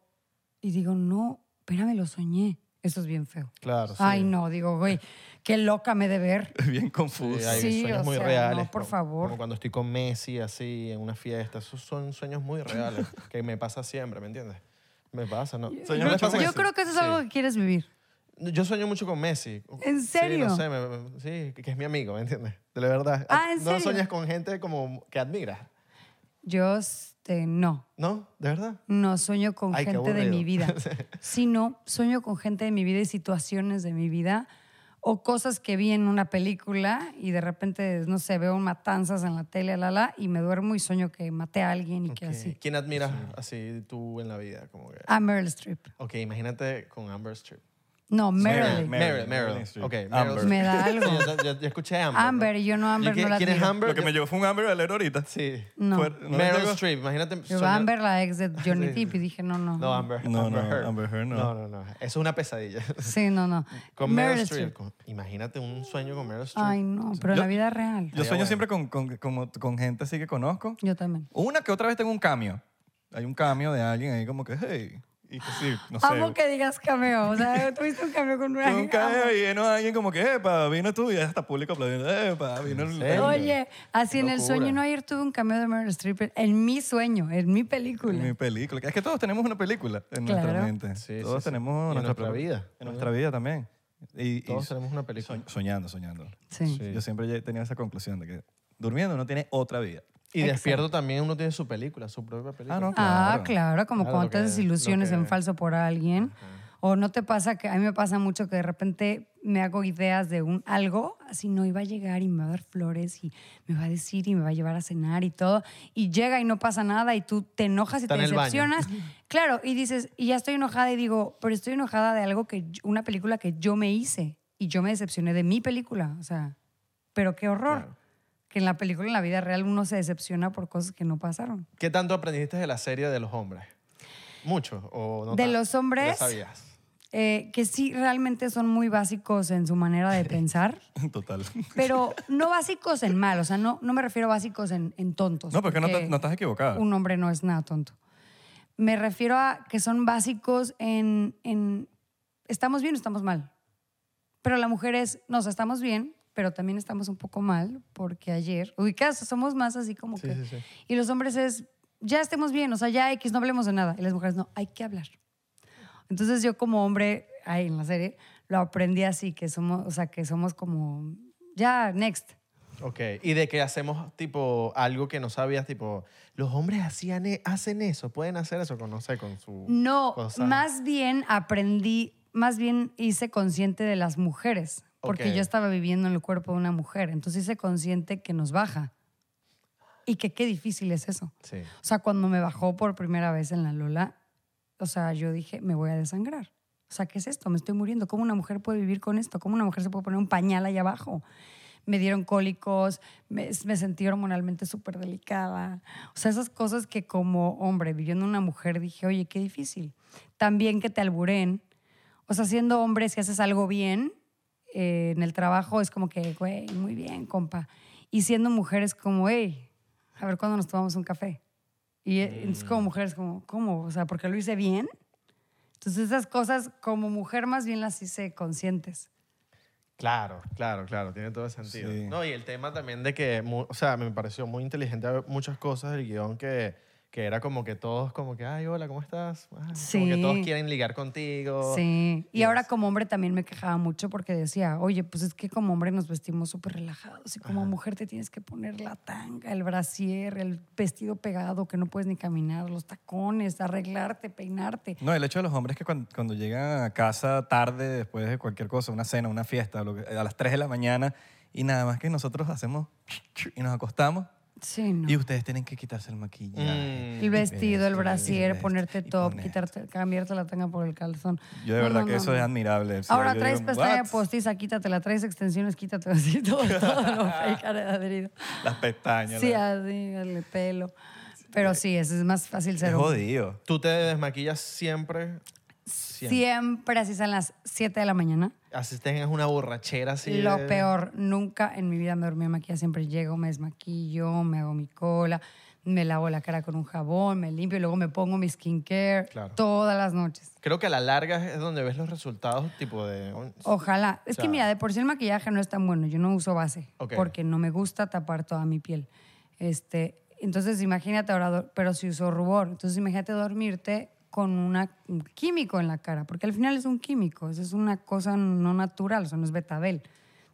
Y digo, no, espérame, lo soñé. Eso es bien feo.
Claro, sí.
Ay, no, digo, güey, qué loca me he de ver.
Bien confuso.
Sí, hay
Sí,
sueños
o
muy
sea,
reales.
no, por
como-
favor.
Como cuando estoy con Messi así en una fiesta. Esos son sueños muy reales que me pasa siempre, ¿me entiendes? Me pasa, ¿no?
Sueño
¿No
mucho
les pasa
con
Yo creo que eso es algo que quieres vivir.
Sí. Yo sueño mucho con Messi.
¿En
Sí,
serio?
no sé, me- me- sí, que- que es mi amigo, ¿me entiendes? De la verdad.
Ah, ¿en
no
serio?
sueñas con gente como que admiras,
Yo este, no.
¿no? ¿De verdad?
No sueño con
Ay, qué
gente de mi vida,
aburrido.
sino sueño con gente de mi vida y situaciones de mi vida o cosas que vi en una película y de repente, no sé, veo matanzas en la tele, la, la, y me duermo y sueño que maté a alguien y que
Ok.
así. Ah.
¿Quién admiras así tú en la vida? Como que...
A Meryl Streep.
Ok, imagínate con Amber Strip.
No, Marilyn.
Meryl,
Meryl,
Meryl.
Meryl Streep.
Ok, Meryl
Amber.
Streep.
Me da
Sí,
algo.
yo, yo- yo escuché Amber.
Amber,
¿no?
yo no, Amber,
¿Y qué-
no la
¿Quién es
admiro.
Amber?
Lo que me llevó fue un hambre alert ahorita.
Sí.
No.
Fue- ¿no les
Meryl
llegó?
Streep, imagínate.
Yo,
soñar-
Amber, la ex de Johnny
Sí.
Depp, y dije, no, no.
No, Amber.
No, no,
Heard.
Amber Heard no.
No, no, no. Eso es una pesadilla.
Sí, no, no.
Con Meryl,
Meryl
Streep.
Streep.
Con- Imagínate un sueño con Meryl Streep.
Ay, no, pero en
Yo-
la vida real.
Yo
Estaría
sueño
bueno.
siempre con, con, como- con gente así que conozco.
Yo también.
Una que otra vez tengo un cambio. Hay un cambio de alguien ahí como que, hey. Y que sí, no sé.
Amo que digas cameo. O sea, tuviste un cameo con una.
Tuve un cambio y vino alguien como que, epa, vino tú. Y hasta público aplaudiendo, epa, vino el...
serio?
Oye, así en el
Locura.
sueño, no ayer tuve un cameo de Meryl Streep en mi sueño, en mi película.
Mi película. Es que todos tenemos una película en nuestra
Claro.
mente.
Sí,
todos
sí, sí.
tenemos
Y en
nuestra,
nuestra
propia-
vida.
En nuestra vida también. Y, y
Todos tenemos una película.
soñ- soñando, soñando.
Sí.
Sí.
Yo siempre ya tenía esa conclusión de que durmiendo uno tiene otra vida.
Y despierto también uno tiene su película, su propia película.
Ah, no,
Ah,
claro.
claro, como
Claro, lo
cuando
que-
te haces ilusiones
lo que-
en falso por alguien. O no te pasa que a mí me pasa mucho que de repente me hago ideas de un algo, así no iba a llegar y me va a dar flores y me va a decir y me va a llevar a cenar y todo. Y llega y no pasa nada y tú te enojas y
Está
te
en el baño.
decepcionas. Claro, y dices, y ya estoy enojada y digo, pero estoy enojada de algo que, yo- una película que yo me hice y yo me decepcioné de mi película. O sea, pero qué horror. Que en la película, en la vida real, uno se decepciona por cosas que no pasaron.
¿Qué tanto aprendiste de la serie de los hombres? ¿Mucho o no
¿De
tanto?
los hombres?
Ya sabías.
eh, que sí realmente son muy básicos en su manera de pensar,
Total.
pero no básicos en mal, o sea, no, no me refiero a básicos en, en tontos.
No, porque no te- no estás equivocada.
Un hombre no es nada tonto. Me refiero a que son básicos en, en estamos bien o estamos mal. Pero la mujer es, nos estamos bien, pero también estamos un poco mal, porque ayer, ubicas, somos más así como que... Y los hombres es, ya estemos bien, o sea, ya X, no hablemos de nada. Y las mujeres, no, hay que hablar. Entonces yo como hombre, ahí en la serie, lo aprendí así, que somos, o sea, que somos como, ya, next.
Ok. ¿Y de que hacemos tipo algo que no sabías? Tipo, los hombres hacían, e- hacen eso, pueden hacer eso con, no sé, con su...
No,
cosa.
más bien aprendí, más bien hice consciente de las mujeres, porque
Ok.
yo estaba viviendo en el cuerpo de una mujer, entonces hice consciente que nos baja y que qué difícil es eso.
Sí.
O sea, cuando me bajó por primera vez en la Lola, o sea, yo dije, me voy a desangrar. O sea, ¿qué es esto? Me estoy muriendo. ¿Cómo una mujer puede vivir con esto? ¿Cómo una mujer se puede poner un pañal ahí abajo? Me dieron cólicos, me, me sentí hormonalmente súper delicada. O sea, esas cosas que como hombre, viviendo una mujer, dije, oye, qué difícil. También que te alburen. O sea, siendo hombre, si haces algo bien eh, en el trabajo, es como que, güey, muy bien, compa. Y siendo mujeres, como, hey, a ver cuándo nos tomamos un café. Y eh, entonces
Mm.
como mujeres, como, ¿cómo? O sea, porque lo hice bien. Entonces esas cosas como mujer más bien las hice conscientes.
Claro, claro, claro, tiene todo el sentido.
Sí.
No, y el tema también de que, mu- o sea, me pareció muy inteligente haber muchas cosas del guión que, que era como que todos, como que, ay, hola, ¿cómo estás? Ah, Como que
Sí.
todos quieren ligar
Oh,
contigo.
Sí. Y
Yes.
ahora como hombre también me quejaba mucho porque decía, oye, pues es que como hombre nos vestimos súper relajados y como mujer te tienes que poner la tanga, el brasier, el vestido pegado que no puedes ni caminar, los tacones, arreglarte, peinarte.
No, el hecho de los hombres que cuan- cuando, llegan a casa tarde, después de cualquier cosa, una cena, una fiesta, lo que- a las 3 de la mañana, y nada más que nosotros hacemos y nos acostamos,
Sí, no.
y ustedes tienen que quitarse el
Mm.
maquillaje.
El vestido, el brasier,
y
ponerte
esto, y
top,
poner
quitarte, cambiarte la tanga por el calzón.
Mm.
Yo de
No,
verdad
no,
que
no,
eso
no.
es admirable. O sea,
Ahora pues.
yo
traes
Pues digo,
pestaña
"What?"
postiza, quítatela, traes extensiones, quítatela, así todo, todo lo fake adherido.
Las pestañas.
Sí,
la-
así, el pelo. Pero sí, eso es más fácil
es
ser hombre.
jodido.
Tú te desmaquillas siempre,
Siempre así son las 7 de la mañana.
así tengas una borrachera así.
Lo
de-
peor, nunca en mi vida me dormí maquillada. Siempre llego, me desmaquillo, me hago mi cola, me lavo la cara con un jabón, me limpio y luego me pongo mi skincare
Claro.
todas las noches.
Creo que a la larga es donde ves los resultados, tipo de.
Ojalá. Es
sea-
que mira, de por sí el maquillaje no es tan bueno. Yo no uso base
Ok.
porque no me gusta tapar toda mi piel. Este, entonces imagínate ahora, do- pero si uso rubor, entonces imagínate dormirte con una- un químico en la cara, porque al final es un químico, eso es una cosa no natural, eso no es betabel.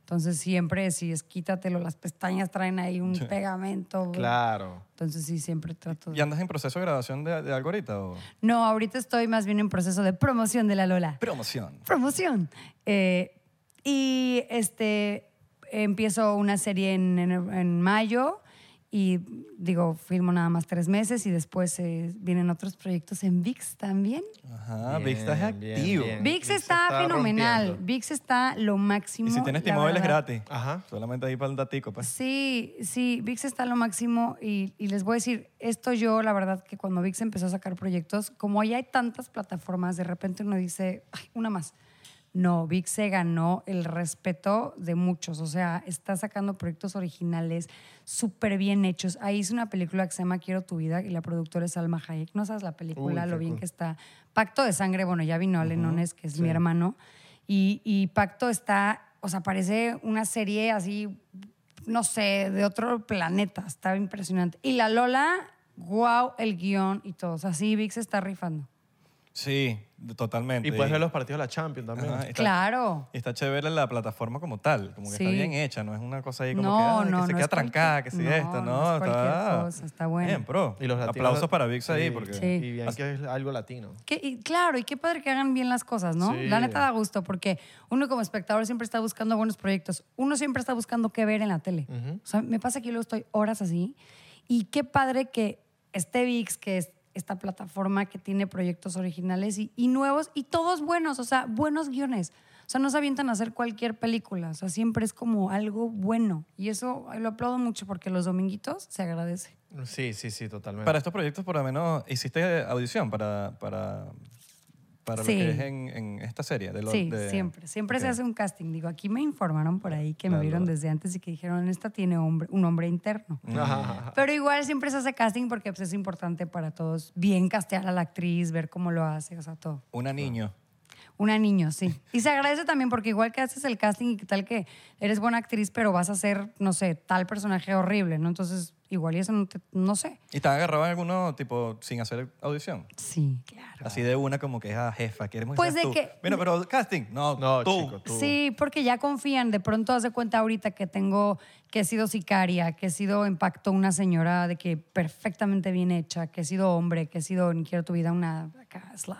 Entonces siempre, si es quítatelo, las pestañas traen ahí un pegamento.
Claro.
Entonces sí, siempre trato
¿Y
de...
andas en proceso de grabación de, de algo ahorita? O?
No, ahorita estoy más bien en proceso de promoción de la Lola.
Promoción.
promoción. Eh, y este empiezo una serie en, en- en mayo Y digo, filmo nada más tres meses y después eh, vienen otros proyectos en VIX también.
Ajá, Big Ah, estás
Bien, bien,
activo.
bien.
VIX
se
está,
está
fenomenal.
rompiendo.
VIX está lo máximo.
Y si tienes
la
T-Mobile es
verdad.
gratis.
Ajá.
Solamente ahí para el datico, pues.
Sí, sí, VIX está a lo máximo y, y les voy a decir, esto yo, la verdad, que cuando VIX empezó a sacar proyectos, como ahí hay tantas plataformas, de repente uno dice, ay, una más. No, VIX se ganó el respeto de muchos, o sea, está sacando proyectos originales súper bien hechos. Ahí hice una película que se llama Quiero tu vida y la productora es Alma Hayek. No sabes la película,
Uy, qué
lo bien
cool.
que está. Pacto de sangre, bueno, ya vino Ale Nones, que es mi hermano, y, y Pacto está, o sea, parece una serie así no sé, de otro planeta. Estaba impresionante. Y la Lola, wow, el guión y todo. O sea, sí, Vix está rifando.
Sí, de- totalmente.
Y puedes ver los partidos de la Champions también.
Ajá, está-
Claro.
Y está chévere la plataforma como tal, como que está
Sí.
bien hecha, no es una cosa ahí como
No,
que, ah, que
no,
se
no
queda
es cualquier-
trancada, que si
no,
esto, no,
no es cualquier
está,
cosa, está bueno.
Bien, pro.
Y los latinos-
Aplausos para Vix ahí,
Sí,
porque...
Sí.
Y bien que es algo latino.
Que- y claro, y qué padre que hagan bien las cosas, ¿no?
Sí.
La neta da gusto, porque uno como espectador siempre está buscando buenos proyectos. Uno siempre está buscando qué ver en la tele. O sea, me pasa que yo luego estoy horas así. Y qué padre que esté VIX, que es esta plataforma que tiene proyectos originales y, y nuevos, y todos buenos, o sea, buenos guiones. O sea, no se avientan a hacer cualquier película. O sea, siempre es como algo bueno. Y eso ay, lo aplaudo mucho porque los dominguitos se agradece.
Sí, sí, sí, totalmente.
Para estos proyectos, por lo menos, hiciste audición para, para, para
Sí.
lo que es en, en esta serie. De lo-
Sí,
de-
siempre. Siempre se
Ok.
hace un casting. Digo, aquí me informaron por ahí que me
La
vieron
duda.
desde antes y que dijeron, esta tiene hombre, un hombre interno.
Ah. Mm.
Ajá.
Pero igual siempre se hace casting porque pues, es importante para todos bien castear a la actriz, ver cómo lo hace, o sea, todo.
Una niño.
Una niño, sí. Y se agradece también porque igual que haces el casting y que tal que eres buena actriz, pero vas a ser, no sé, tal personaje horrible, ¿no? Entonces, igual y eso no, te- no sé.
¿Y te agarraban alguno, tipo, sin hacer audición?
Sí, claro.
Así de una como que es ah, jefa, queremos que
Pues
seas
de
tú.
que-
Mira, pero casting. No,
No,
tú.
chico, tú.
Sí, porque ya confían. De pronto hace cuenta ahorita que tengo, que he sido sicaria, que he sido impacto una señora de que perfectamente bien hecha, que he sido hombre, que he sido en Quiero tu vida una acá, slut.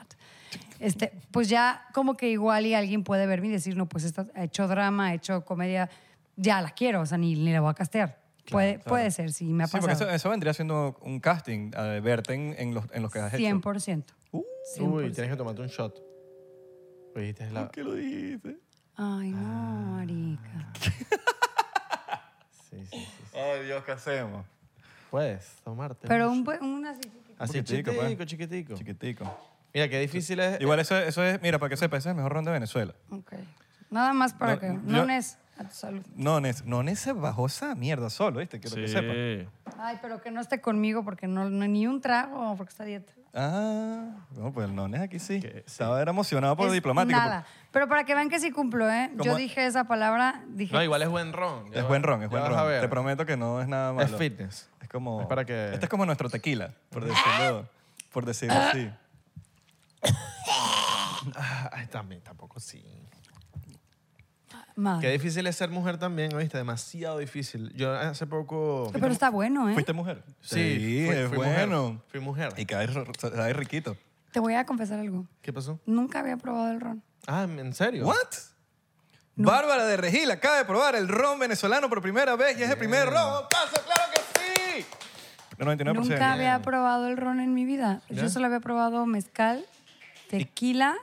Este, pues ya como que igual y alguien puede verme y decir, no, pues esta ha hecho drama, ha hecho comedia, ya la quiero, o sea, ni, ni la voy a castear. puede,
claro.
puede ser, sí, me ha
Sí, porque
pasado.
eso, eso vendría siendo un casting, eh, verte en, en los, en los que has hecho. Uh,
100%.
Uy,
100%.
tienes que tomarte un shot. Oye, esta es la-
¿Qué lo dijiste?
Ay, no,
Ah,
marica.
Sí, sí, sí.
Ay, Dios, ¿qué hacemos?
Puedes tomarte.
Pero
un
un, un así chiquito.
Así
Poquitico,
chiquitico,
pues.
chiquitico, chiquitico.
Chiquitico.
Mira, qué difícil es.
Igual eso, eso es, mira, para que sepa, ese es el mejor ron de Venezuela.
Ok. Nada más para
No,
que...
yo-
No, es a tu salud.
No, Nes, no, Nes se bajó esa mierda solo, ¿viste? Quiero que pues. sepa.
Ay, pero que no esté conmigo porque no, no- ni un trago, porque está a dieta.
Ah, no, pues el Nones aquí sí. Estaba era emocionado por
Es
diplomático. pues.
Nada. Pero para que vean que sí cumplo, ¿eh? Yo
¿Cómo?
dije esa palabra, dije.
No, igual es buen ron.
porque
ya
pues. Es
va-
buen ron, es
ya
buen
vas a
ron.
ver.
Te prometo que no es nada malo.
Es fitness.
Es como.
Es para que-
Este es como nuestro tequila, por decirlo, por decirlo así.
Ay, también, tampoco sí. Qué
Madre.
difícil es ser mujer también, ¿oíste? Demasiado difícil. Yo hace poco.
Pero está bueno, ¿eh?
¿Fuiste mujer?
Sí, fui-
es
fui mujer.
bueno.
Fui mujer.
Y cae, ro- sabe riquito.
Te voy a confesar algo.
¿Qué pasó?
Nunca había probado el ron.
Ah, ¿en serio?
¿What? Bárbara de Regil acaba de probar el ron venezolano por primera vez y es el primer ron. ¡Paso, claro que sí! 99%.
Nunca había probado el ron en mi vida. Yo solo había probado mezcal, tequila,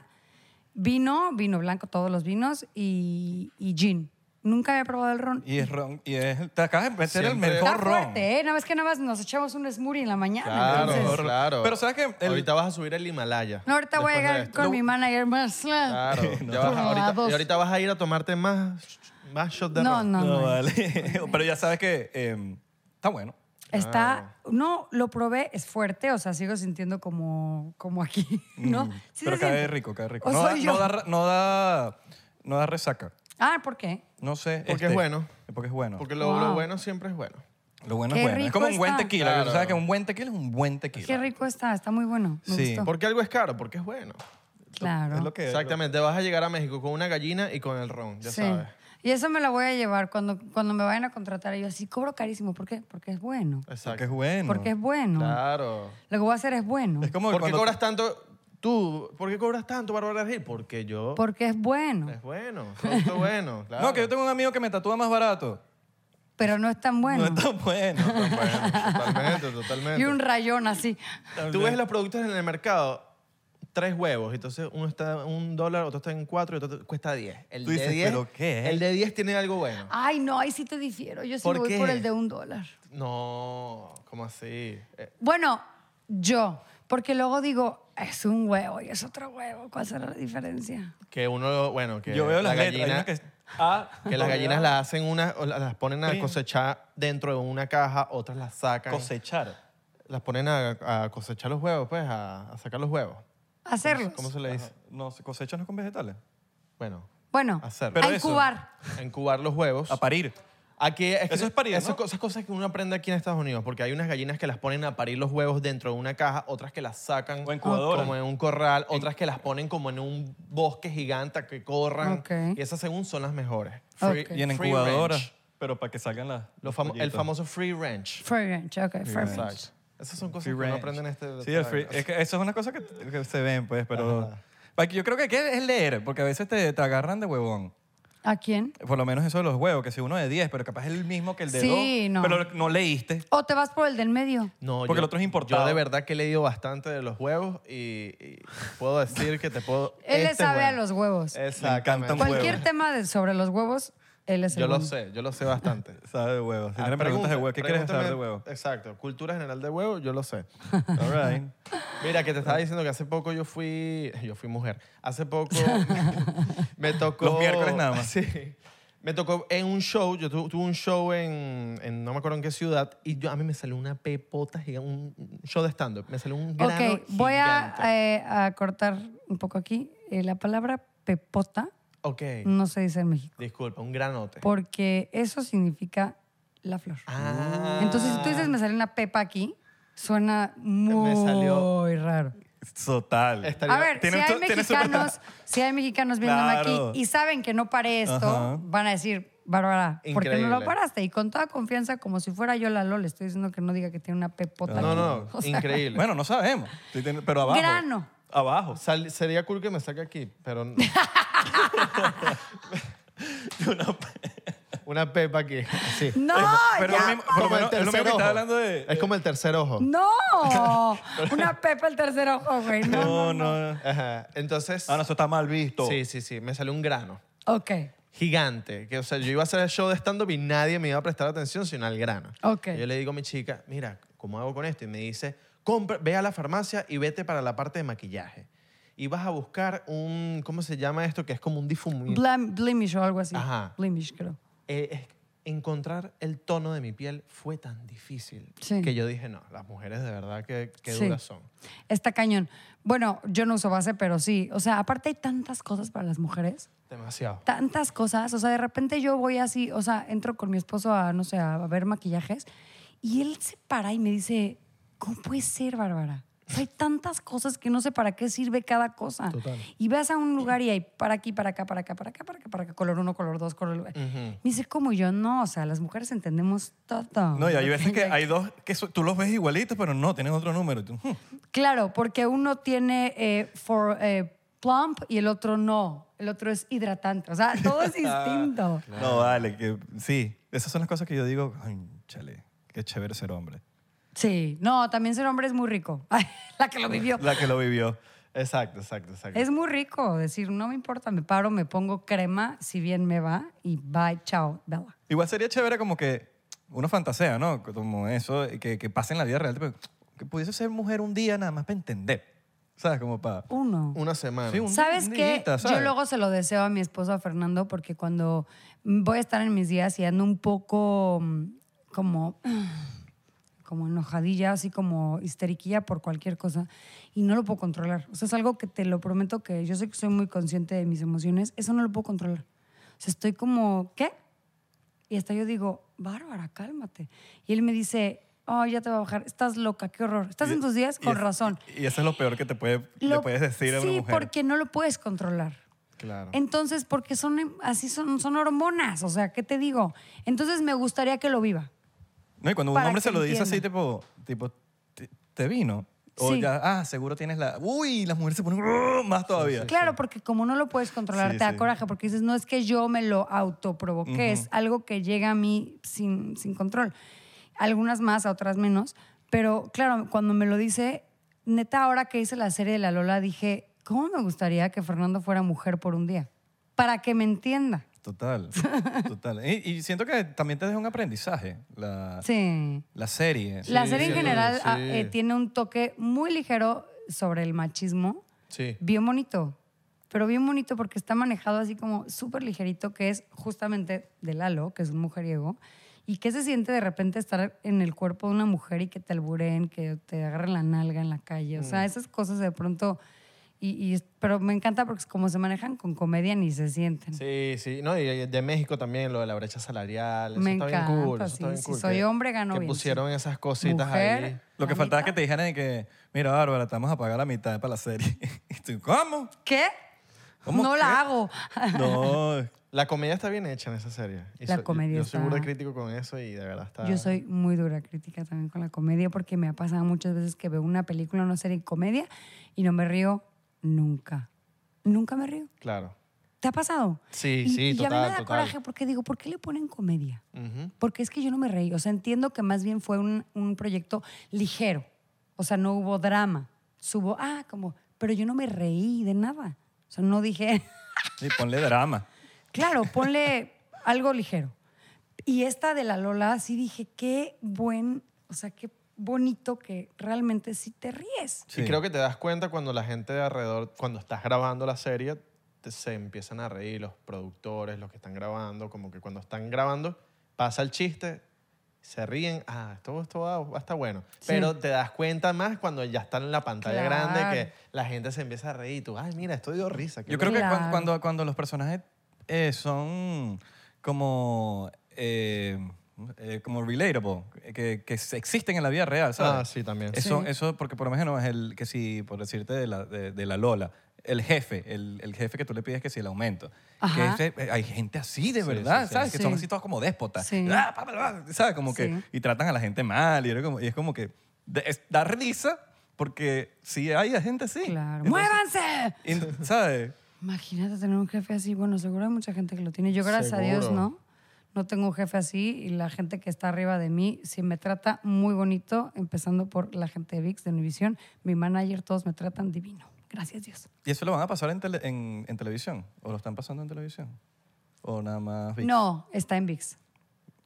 vino, vino blanco, todos los vinos y, y gin. Nunca había probado el ron.
Y es ron, y es, te acabas de meter el
Siempre-
mejor
Está
ron.
fuerte, ¿eh? Nada más que nada más nos echamos un smoothie en la mañana.
Claro,
entonces-
claro.
Pero ¿sabes qué? El-
Ahorita vas a subir el Himalaya.
No, ahorita voy a
después de
llegar
esto.
con mi manager más. la-
Claro. ya vas a- ahorita, y ahorita vas a ir a tomarte más, más shot de
No,
ron.
no,
No,
no.
vale. Pero ya sabes que eh, está bueno.
Está, no, lo probé, es fuerte, o sea, sigo sintiendo como, como aquí, ¿no?
Mm,
Sí
pero
se
cae
siente.
rico, cae rico.
O
No da,
soy
no
yo.
da ra- no da- no da resaca.
Ah, ¿por qué?
No sé. este,
Porque es bueno.
Porque es bueno.
Porque lo, lo bueno siempre es bueno.
lo bueno
Qué
es bueno. Es
rico
como un buen
está.
tequila. Tú sabes que un buen tequila es un buen tequila.
Qué rico está, está muy bueno, me
Sí,
gustó.
Porque algo es caro, porque es bueno.
claro.
Es lo que
Exactamente, vas a llegar a México con una gallina y con el ron, ya
Sí.
sabes.
Y eso me lo voy a llevar cuando, cuando me vayan a contratar. Yo así cobro carísimo. ¿Por qué? Porque es bueno.
Porque
Exacto.
es bueno.
Porque es bueno.
Claro.
Lo que voy a hacer es bueno.
Es como
¿Por qué
cuando-
cobras tanto tú? ¿Por qué cobras tanto, Bárbara Gil? Porque yo...
Porque es bueno.
Es bueno, producto bueno, claro.
No, que yo tengo un amigo que me tatúa más barato.
pero no es tan bueno.
No es tan bueno.
totalmente, totalmente.
y un rayón así.
Tú ves los productos en el mercado, tres huevos, entonces uno está en un dólar, otro está en cuatro, y otro cuesta diez. El
Tú
de
dices,
diez,
¿pero qué?
El de diez tiene algo bueno.
Ay, no, ahí sí te difiero. Yo sí
¿Por
voy
qué?
por el de un dólar.
No, ¿cómo así? Eh,
Bueno, yo, porque luego digo, es un huevo y es otro huevo. ¿Cuál será la diferencia?
que uno, bueno, que
Yo veo
la
las letras. hay
gallina,
una que es A,
que las
doble A,
gallinas las hacen una, o la- las ponen a
Prim.
cosechar dentro de una caja, otras las sacan.
Cosechar.
Las ponen a, a cosechar los huevos, pues, a, a sacar los huevos.
Hacerlos.
¿Cómo se le dice?
No, se cosecha no es con vegetales.
Bueno,
Bueno,
Hacer.
Pero
a
eso-
incubar.
a incubar los huevos.
A parir.
Aquí, es que
Eso es parir,
esas
¿no?
co- esas cosas que uno aprende aquí en Estados Unidos, porque hay unas gallinas que las ponen a parir los huevos dentro de una caja, otras que las sacan
O incubadora.
como en un corral, otras que las ponen como en un bosque gigante a que corran.
Ok.
Y esas según son las mejores.
Ok.
Y en
free
incubadora.
range.
Pero para que salgan las.
Lo famo- el
pollitos.
famoso free range.
Free range, ok, free range.
Exacto. Esas son cosas
Free
que uno
range.
aprende en este...
Sí, el free- es que eso es una cosa que, que se ven, pues, pero. Pa- Yo creo que hay que es leer, porque a veces te, te agarran de huevón.
¿A quién?
Por lo menos eso de los huevos, que si uno de 10, pero capaz es el mismo que el de 2.
Sí, no.
Pero no leíste.
¿O te vas por el del medio?
No,
Porque el otro es importado.
Yo de verdad que he leído bastante de los huevos y, y puedo decir que te puedo...
Él le
este
sabe a
huevo.
los huevos.
Exactamente.
huevo.
Cualquier tema de, sobre los huevos, él es el
Yo lo
bueno.
sé, yo lo sé bastante.
Sabe de huevos. Si
Ah,
tienen
pregunta,
preguntas de huevos, ¿qué quieres
pregúntame-
saber de huevos?
Exacto, cultura general de huevo, yo lo sé.
All right.
Mira, que te estaba diciendo que hace poco yo fui, yo fui mujer, hace poco me tocó...
Los miércoles nada más.
Sí. Me tocó en un show, yo tu- tuve un show en, en no me acuerdo en qué ciudad, y yo, a mí me salió una pepota gigante, un un show de stand-up, me salió un grano
Ok, voy a,
gigante.
eh, a cortar un poco aquí. Eh, la palabra pepota
Ok,
no se dice en México,
disculpa, un granote.
porque eso significa la flor.
Ah.
Entonces, si tú dices me salió una pepa aquí, suena muy
salió-
raro.
Total.
Estaría-
A ver, si
Tiene
hay
to- tiene su-
mexicanos, si hay mexicanos viéndome
Claro.
aquí y saben que no paré esto,
Ajá.
van a decir, Bárbara, ¿por qué no lo
Increíble.
paraste? Y con toda confianza, como si fuera yo la LOL, estoy diciendo que no diga que tiene una pepota.
No,
aquí.
no,
O sea,
increíble.
Bueno, no sabemos. Sí, tiene- Pero abajo.
Grano.
Abajo.
Sal- sería cool que me saque aquí, pero... no. una pepa aquí, así.
No,
Pero
ya,
lo mismo- por lo
Como el
menos- es lo mismo
tercer
que estaba
ojo.
hablando de.
Es como el tercer ojo.
No, una pepa el tercer ojo, güey. No, no,
No,
no.
no. no.
Ajá. Entonces.
Ah, no, eso está mal visto.
sí, sí, sí. Me salió un grano
Ok,
gigante. Que, o sea, yo iba a hacer el show de stand-up y nadie me iba a prestar atención sino al grano.
Ok.
Y yo le digo a mi chica, mira, ¿cómo hago con esto? Y me dice, compra, ve a la farmacia y vete para la parte de maquillaje. Y vas a buscar un. ¿Cómo se llama esto? Que es como un difuminante.
Blam- blemish o algo así.
Ajá.
Blemish, creo.
Eh, es- encontrar el tono de mi piel fue tan difícil
Sí.
que yo dije, no, las mujeres de verdad que, que
Sí.
duras son.
Está cañón. Bueno, yo no uso base, pero sí. O sea, aparte hay tantas cosas para las mujeres.
Demasiado.
tantas cosas. O sea, de repente yo voy así, o sea, entro con mi esposo a, no sé, a ver maquillajes y él se para y me dice, ¿cómo puede ser, Bárbara? O sea, hay tantas cosas que no sé para qué sirve cada cosa. Y vas a un lugar y hay para aquí, para acá, para acá, para acá, para acá, para acá, color uno, color dos, color... Me dice, ¿cómo Y yo? No, o sea, las mujeres entendemos todo.
No, y hay veces que hay dos que so- tú los ves igualitos, pero no, tienen otro número. Y tú, hmm.
Claro, porque uno tiene eh, for, eh, plump y el otro no. El otro es hidratante. O sea, todo es distinto.
No, vale, que sí. Esas son las cosas que yo digo, "Ay, chale, qué chévere ser hombre.
Sí, no, también ser hombre es muy rico. Ay, la que lo vivió.
La que lo vivió.
Exacto, exacto, exacto.
Es muy rico decir, no me importa, me paro, me pongo crema, si bien me va, y bye, chao, Bella.
Igual sería chévere como que uno fantasea, ¿no? Como eso, y que, que pase en la vida real. tipo, que pudiese ser mujer un día nada más para entender. ¿Sabes? Como para...
Uno.
Una semana.
Sí, un-
¿Sabes
un
qué?
diguita,
Yo
¿sabes?
luego se lo deseo a mi esposo, a Fernando, porque cuando voy a estar en mis días y ando un poco mm, como, como enojadilla, así como histeriquilla por cualquier cosa, y no lo puedo controlar. O sea, es algo que te lo prometo que yo sé que soy muy consciente de mis emociones, eso no lo puedo controlar. O sea, estoy como, ¿qué? Y hasta yo digo, Bárbara, cálmate. Y él me dice, oh, ya te va a bajar, estás loca, qué horror. Estás en tus días
Y
con
es-
razón.
Y eso es lo peor que te puede, le
Lo-
puedes decir a una
sí,
mujer.
porque no lo puedes controlar.
Claro.
Entonces, porque son así son, son hormonas, o sea, ¿qué te digo? Entonces me gustaría que lo viva.
No, y cuando un
para
hombre
que
se lo dice así,
entienda.
tipo, tipo te, te vino. O
Sí.
ya, ah, seguro tienes la... Uy, las mujeres se ponen "Grrr", más todavía.
Claro, porque como no lo puedes controlar,
Sí,
te da
sí.
coraje, porque dices, no es que yo me lo autoprovoqué, es algo que llega a mí sin, sin control. Algunas más, a otras menos. Pero claro, cuando me lo dice, neta, ahora que hice la serie de La Lola, dije, ¿cómo me gustaría que Fernando fuera mujer por un día? Para que me entienda.
Total, total. Y, y siento que también te deja un aprendizaje la,
Sí.
la serie.
la
Sí,
serie en
sí,
general
sí.
ah, eh, tiene un toque muy ligero sobre el machismo.
Sí.
bien bonito, pero bien bonito porque está manejado así como súper ligerito, que es justamente de Lalo, que es un mujeriego, y que se siente de repente estar en el cuerpo de una mujer y que te alburen, que te agarren la nalga en la calle, o
Mm.
sea, esas cosas de pronto, y, y es- pero me encanta porque es como se manejan con comedia ni se sienten.
Sí, sí. No, y de México también, lo de la brecha salarial. Eso
Me
está bien
encanta,
cool. Eso
sí,
está bien
sí,
cool.
soy
que-
hombre, gano
Que
bien,
pusieron
sí.
esas cositas
Mujer,
ahí.
Lo que
La
faltaba
mitad.
que te dijeran es que, mira, Bárbara, te vamos a pagar la mitad para la serie. Y tú, ¿cómo?
¿Qué?
¿Cómo
no
qué?
la hago.
No.
La comedia está bien hecha en esa serie. Y
La
so-
comedia
Yo soy burda
está-
crítico con eso y de verdad está...
Yo soy muy dura crítica también con la comedia porque me ha pasado muchas veces que veo una película, una serie de comedia y no me río nunca. Nunca me río.
Claro.
¿Te ha pasado?
Sí,
Y-
sí,
y a mí me
total,
da
total.
coraje porque digo, ¿por qué le ponen comedia?
Ujú.
Porque es que yo no me reí. O sea, entiendo que más bien fue un, un proyecto ligero. O sea, no hubo drama. Subo, ah, como, pero yo no me reí de nada. O sea, no dije,
Y ponle drama.
Claro, ponle algo ligero. Y esta de la Lola, sí dije, qué buen, o sea, qué bonito que realmente sí te ríes.
Sí.
Y creo que te das cuenta cuando la gente de alrededor, cuando estás grabando la serie, te- se empiezan a reír los productores, los que están grabando, como que cuando están grabando pasa el chiste, se ríen, ah, esto, esto va, va a estar bueno. Pero te das cuenta más cuando ya están en la pantalla
Claro.
grande que la gente se empieza a reír y tú, ay, mira, esto dio risa. qué
Yo creo
bueno".
que cuan-
Claro.
cuando, cuando, los personajes eh, son como, eh, eh, como relatable, que, que se- existen en la vida real, ¿sabes?
Ah, sí, también.
Eso,
Sí.
eso porque por lo menos es el que si, por decirte de la, de, de la Lola, el jefe, el, el jefe que tú le pides que si el aumento. Que
Ajá.
ese- eh, hay gente así de verdad, ¿sabes? Que son
Sí.
así todos como déspotas.
Sí.
Ah, pa, pa, pa, ¿Sabes? Como que,
Sí.
y tratan a la gente mal. Y, era como- y es como que de- es- da risa porque si hay gente así.
Claro.
Entonces-
¡Muévanse!
y- ¿Sabes?
Imagínate tener un jefe así. Bueno, seguro hay mucha gente que lo tiene. Yo, gracias a Dios,
Seguro.
no. No tengo un jefe así y la gente que está arriba de mí sí me trata muy bonito, empezando por la gente de VIX, de Univisión, mi manager, todos me tratan divino. Gracias, Dios.
¿Y eso lo van a pasar en, tele- en, en televisión? ¿O lo están pasando en televisión? ¿O nada más? vi-
No, está en VIX.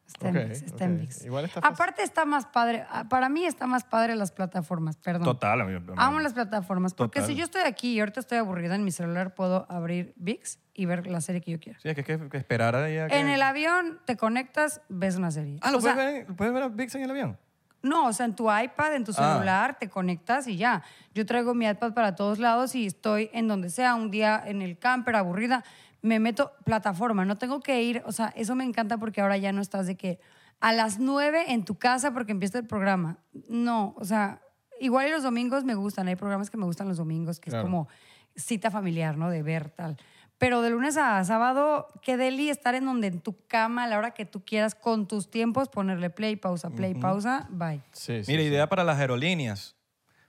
Está
Ok,
en VIX, está en
ok.
VIX.
Igual está fácil.
Aparte está más padre, ah, para mí está más padre las plataformas, perdón.
Total, amigo.
Amo las plataformas, porque
Total.
si yo estoy aquí y ahorita estoy aburrida en mi celular, puedo abrir VIX y ver la serie que yo quiera.
Sí, es que, es que esperar ahí a que-
En el avión te conectas, ves una serie.
Ah, ¿lo
O
puedes,
sea,
ver, en- puedes ver a Vix en el avión?
No, o sea, en tu iPad, en tu
Ah.
celular, te conectas y ya. Yo traigo mi iPad para todos lados y estoy en donde sea, un día en el camper, aburrida, me meto plataforma, no tengo que ir, o sea, eso me encanta porque ahora ya no estás de que a las 9 en tu casa porque empieza el programa. No, o sea, igual y los domingos me gustan, hay programas que me gustan los domingos, que es como cita familiar, ¿no? De ver tal. Pero de lunes a sábado, qué deli estar en donde en tu cama, a la hora que tú quieras, con tus tiempos, ponerle play, pausa, play, pausa, bye.
Sí, sí,
Mira,
sí.
idea para las aerolíneas.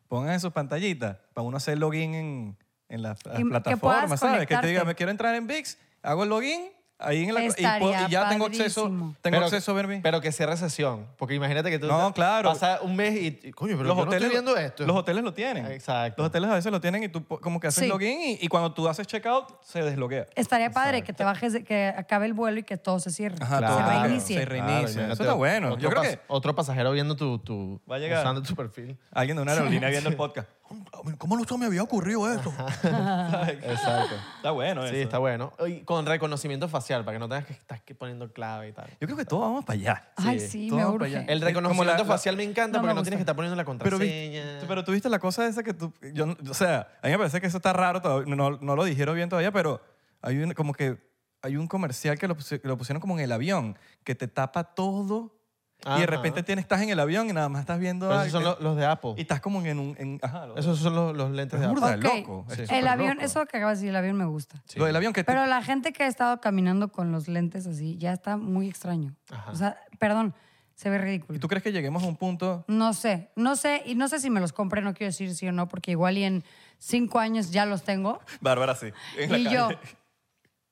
Pongan en sus pantallitas para uno hacer login en, en las las
Y que
plataformas,
puedas
¿sabes? Que te diga,
conectarte.
me quiero entrar en VIX, hago el login, ahí en la... y
Estaría
po- Y, ya tengo acceso, tengo
padrísimo.
acceso a ver mi...
Pero que cierre sesión. Porque imagínate que tú
No, claro.
pasa un mes y, y, coño, pero
los
yo
hoteles,
no estoy viendo esto.
Los hoteles lo tienen.
Exacto.
Los hoteles a veces lo tienen y tú po- como que haces
Sí.
login y, y cuando tú haces checkout se desbloquea.
Estaría padre que te bajes, de- que acabe el vuelo y que todo se cierre.
Ajá,
Claro.
todo
Se
se
reinicie.
Se reinicia.
Claro,
Eso está bueno.
otro
Yo creo
pas-
que
Otro pasajero viendo tu, tu...
Va a llegar.
Usando tu perfil.
alguien de una aerolínea viendo el podcast. "Oh, ¿Cómo no se me había ocurrido esto?
Exacto.
está bueno eso.
Sí, está bueno. Y con reconocimiento facial, para que no tengas que estar que poniendo clave y tal.
Yo creo que todos vamos para allá.
Ay,
Sí,
sí,
todo
me
para
urge.
allá.
El
Es como
reconocimiento
la- la-
facial me encanta
No me
porque no
gusta.
tienes que estar poniendo la
Pero, vi-
contraseña.
pero tú viste la cosa esa que tú... Yo, no- o sea, a mí me parece que eso está raro todavía. No, no lo dijeron bien todavía, pero hay un, como que hay un comercial que lo, pusi- que lo pusieron como en el avión, que te tapa todo y de
Ajá.
repente tienes, estás en el avión y nada más estás viendo...
Pero
algo.
esos son los, los de
Y
Apple.
estás como en un... en- ajá, lo-
Esos son los, los lentes
Es
de
burda
Apple.
de
Ok.
loco. es
Sí.
súper
El avión,
loco.
eso que acabas de decir, el avión me gusta.
Lo del avión que te-
Pero la gente que ha estado caminando con los lentes así, ya está muy extraño. O sea, perdón, Se ve ridículo.
¿Y tú crees que lleguemos a un punto?
No sé, no sé, y no sé si me los compré, no quiero decir sí o no, porque igual y en cinco años ya los tengo.
Bárbara, sí. en la
Y
calle.
yo,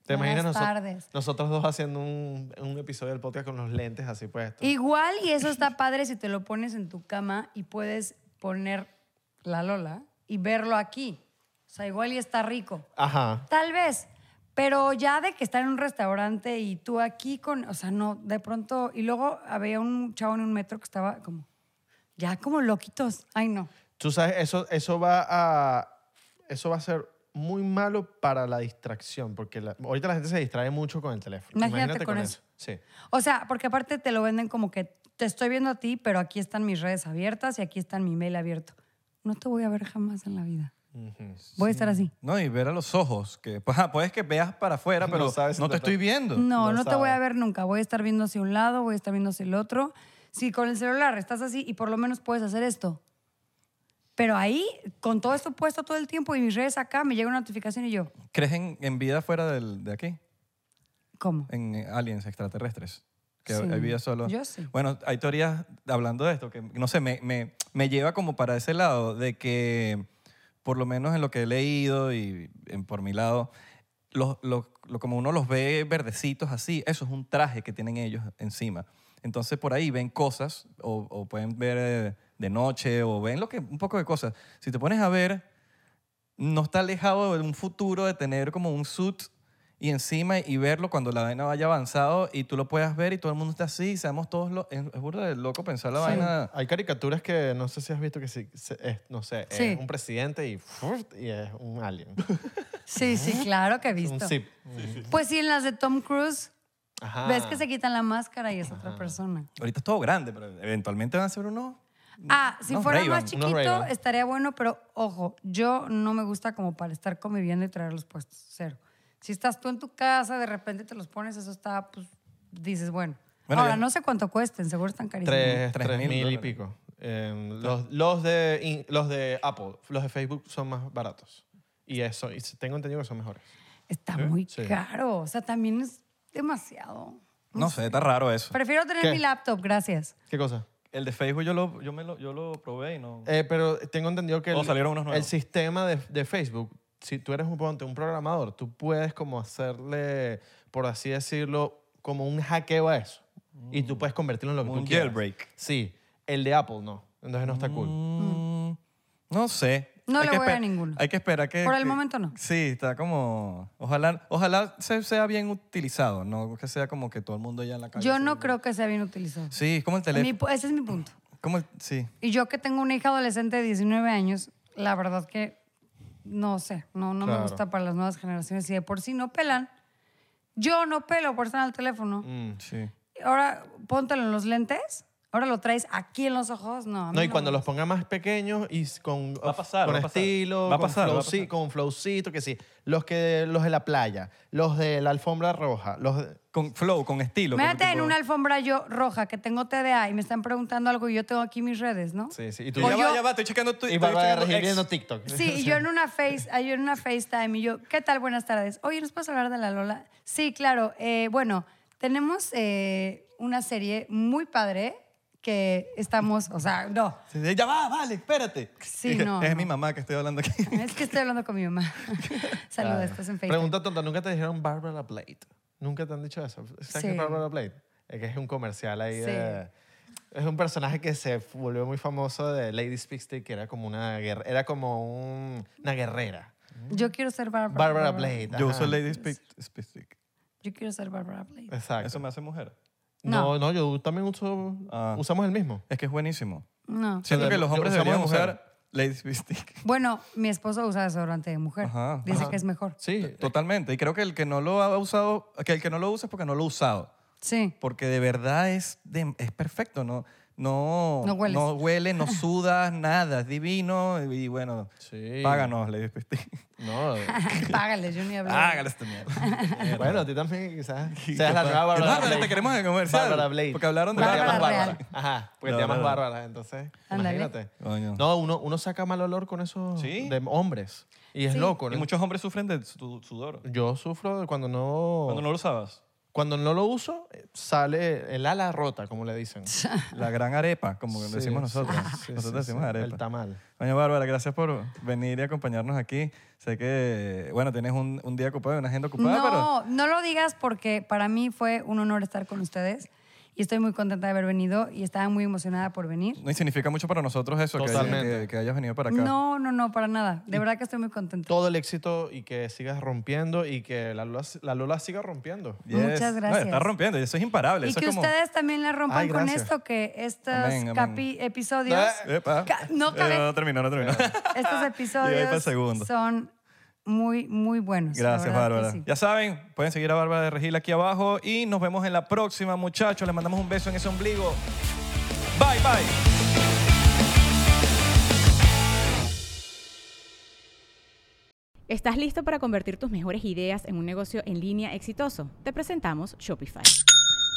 ¿Te
Buenas
imaginas noso-
tardes.
nosotros dos haciendo un, un episodio del podcast con los lentes así puestos?
igual y eso está padre si te lo pones en tu cama y puedes poner la Lola y verlo aquí. O sea, igual y está rico.
Ajá.
Tal vez, pero ya de que estar en un restaurante y tú aquí con, o sea, no, de pronto, y luego había un chavo en un metro que estaba como, ya como loquitos, ay no.
Tú sabes, eso, eso va a. Eso va a ser muy malo para la distracción, porque la- ahorita la gente se distrae mucho con el teléfono.
Imagínate con eso.
Sí.
O sea, porque aparte te lo venden como que te estoy viendo a ti, pero aquí están mis redes abiertas y aquí está mi mail abierto. No te voy a ver jamás en la vida. Voy a estar así.
No, y ver a los ojos. Que, pues, ah, puedes que veas para afuera, pero
No
no,
sabes si
te
te-
estoy viendo.
No,
No
no te voy a
sabe.
ver nunca. Voy a estar viendo hacia un lado, voy a estar viendo hacia el otro. Si con el celular estás así y por lo menos puedes hacer esto. Pero ahí, con todo esto puesto todo el tiempo y mis redes acá, me llega una notificación y yo,
¿Crees en, en vida fuera del- de aquí?
¿cómo?
En aliens extraterrestres. Que
Sí.
hay vida solo.
Yo sí.
Bueno, hay teorías hablando de esto que, no sé, me, me- me lleva como para ese lado de que, por lo menos en lo que he leído y en- por mi lado, los, los- lo- como uno los ve verdecitos así, eso es un traje que tienen ellos encima. Entonces por ahí ven cosas o, o pueden ver eh, de noche o ven lo que, un poco de cosas. Si te pones a ver, no está alejado de un futuro de tener como un suit y encima y verlo cuando la vaina vaya avanzado y tú lo puedas ver y todo el mundo está así y seamos todos lo- es, es burda de loco pensar la vaina
Hay caricaturas que no sé si has visto que sí, se- es, no sé,
Sí.
es un presidente y, ¡furt! y es un alien.
Sí, sí, claro que he visto.
¿Eh? un zip.
Pues sí, en las de Tom Cruise,
Ajá.
ves que se quitan la máscara y es
Ah.
otra persona.
ahorita es todo grande pero eventualmente van a ser unos
Ah, si
Unos
fuera
Ray-Ban,
más
unos
chiquito
Ray-Ban.
estaría bueno, pero ojo, yo no me gusta como para estar conviviendo y traer los puestos, cero. Si estás tú en tu casa, de repente te los pones, eso está, pues dices, bueno.
Bueno,
Ahora,
ya-
no sé cuánto cuesten, seguro están carísimos.
Tres,
Tres
tres
mil
mil, y
dólares.
pico. Eh, los, los de, in- los de Apple, los de Facebook son más baratos. Y eso, y tengo entendido que son mejores.
Está muy
Sí.
caro, o sea, también es demasiado.
no sé está raro eso
Prefiero tener
¿Qué?
mi laptop, gracias.
¿Qué cosa?
el de Facebook yo lo yo me lo yo lo probé y no
Eh, pero tengo entendido que
O
el,
salieron unos nuevos.
el sistema de, de Facebook, si tú eres un, ponte, un programador, tú puedes como hacerle, por así decirlo, como un hackeo a eso. Y tú puedes convertirlo en lo que
Mm. Un
tú quieras.
jailbreak.
Sí. El de Apple no. Entonces no está cool.
Mm, no sé
No le
que
voy a
esper-
ninguno.
hay que esperar que
Por el
que-
momento no.
sí está como ojalá ojalá se- sea bien utilizado no que sea como que todo el mundo ya en la calle
Yo
así.
no creo que sea bien utilizado.
sí es como el
Mi
teléfono
pu- ese es mi punto.
como el- sí
Y yo que tengo una hija adolescente de 19 años, la verdad que no sé, no, no me
Claro.
gusta para las nuevas generaciones. Si de por sí no pelan, yo no pelo por estar al teléfono.
Mm.
sí
Ahora póntelo en los lentes, ahora lo traes aquí en los ojos, no. a mí
No, y
me
cuando
gusta.
los ponga más pequeños y s- con,
Va a pasar,
con
va a pasar.
estilo,
Va a
con,
pasar, va a
flowci-
pasar.
con flowcito, que sí. Los, que, los de la playa, los de la alfombra roja, los de-
con flow, con estilo. con
Imagínate en
tipo-
una alfombra yo roja que tengo TDA y me están preguntando algo y yo tengo aquí mis redes, ¿no?
Sí, sí. Y tú
Ya
O
va,
yo-
ya va, estoy checando tu
y
estoy
Bárbara
checando
Regil
ex.
viendo TikTok.
Sí, y yo en una face, ah, yo en una FaceTime y yo, ¿qué tal? Buenas tardes. Oye, ¿nos puedes hablar de la Lola? Sí, claro. Eh, bueno, tenemos eh, una serie muy padre que estamos, o sea, no,
Sí, sí, Ya va, vale, espérate.
Sí, no,
Es
no.
mi mamá que estoy hablando aquí.
es que estoy hablando con mi mamá. Saluda, estás en FaceTime.
Ah. Pregunta tonta, ¿nunca te dijeron Barbara Plate? ¿Nunca te han dicho eso? ¿Sabes qué
Sí.
es Barbara Plate? Es que es un comercial ahí
Sí.
de... Es un personaje que se volvió muy famoso de Lady Speaksty, que era como una, guerre- era como un- una guerrera.
Yo quiero ser Barbara,
Bárbara Blade.
Yo
ajá.
uso Lady Speak. Speak- Speak.
Yo quiero ser Barbara
Eh.
Blade.
Exacto.
Eso me hace mujer.
No, no, yo también uso...
Ah.
Usamos el mismo.
Es que es buenísimo.
No.
Siento
Pero
que
de-
los hombres
yo- usamos
deberían
de mujer.
usar Lady Speak. Stick.
Bueno, mi esposo usa desodorante de mujer.
Ajá,
Dice
ajá.
que es mejor.
Sí.
Totalmente. Y creo que el que no lo ha usado, que el que no lo usa es porque no lo ha usado.
Sí.
Porque de verdad es, de- es perfecto. No, no,
No hueles.
no huele, no sudas, nada. Es divino. Y bueno,
Sí.
páganos, este. Lady Speak. Stick.
No.
eh,
Págale, yo ni hablé.
Págale
este
esta mierda.
bueno, a ti también quizás seas
capaz.
la nueva Bárbara
No, pero te queremos en el comercial,
Bárbara Blade.
porque hablaron de
Porque te
Bárbara
llamas
Real.
Bárbara. Ajá, porque
No,
te llamas
no, no.
Bárbara, entonces
Ándale.
imagínate.
Coño.
No, uno, uno saca mal olor con esos
Sí.
de hombres. Y es loco,
Y
¿no?
muchos hombres sufren de su- sudor.
Yo sufro de cuando no...
Cuando no lo usabas.
Cuando no lo uso, eh, sale el ala rota, como le dicen.
La gran arepa, como
Sí,
decimos nosotros.
Ah.
sí, sí,
nosotros
sí,
decimos arepa.
El tamal.
Doña Bárbara, gracias por venir y acompañarnos aquí. Sé que, bueno, tienes un, un día ocupado, una agenda ocupada, pero...
No, no lo digas porque para mí fue un honor estar con ustedes y estoy muy contenta de haber venido y estaba muy emocionada por venir.
No y significa mucho para nosotros eso, que, haya-
Totalmente.
que- que hayas venido para acá.
No, no, no, para nada. De verdad que estoy muy contenta.
Todo el éxito y que sigas rompiendo y que la Lola, la Lola siga rompiendo.
Muchas
No,
gracias.
está rompiendo, eso es imparable.
Y
eso
que
es como-
ustedes también la rompan
Ay,
con
gracias.
esto, que estos
Amén, amén.
capi- episodios,
Epa.
Ca- no cabe.
Eh, no terminó, no terminó.
estos
Y ahí para el
episodios
segundo.
son muy, muy buenos. la
Gracias,
verdad que
Bárbara.
sí.
Ya saben, pueden seguir a Bárbara de Regil aquí abajo y nos vemos en la próxima, muchachos. Les mandamos un beso en ese ombligo. Bye, bye.
¿Estás listo para convertir tus mejores ideas en un negocio en línea exitoso? Te presentamos Shopify.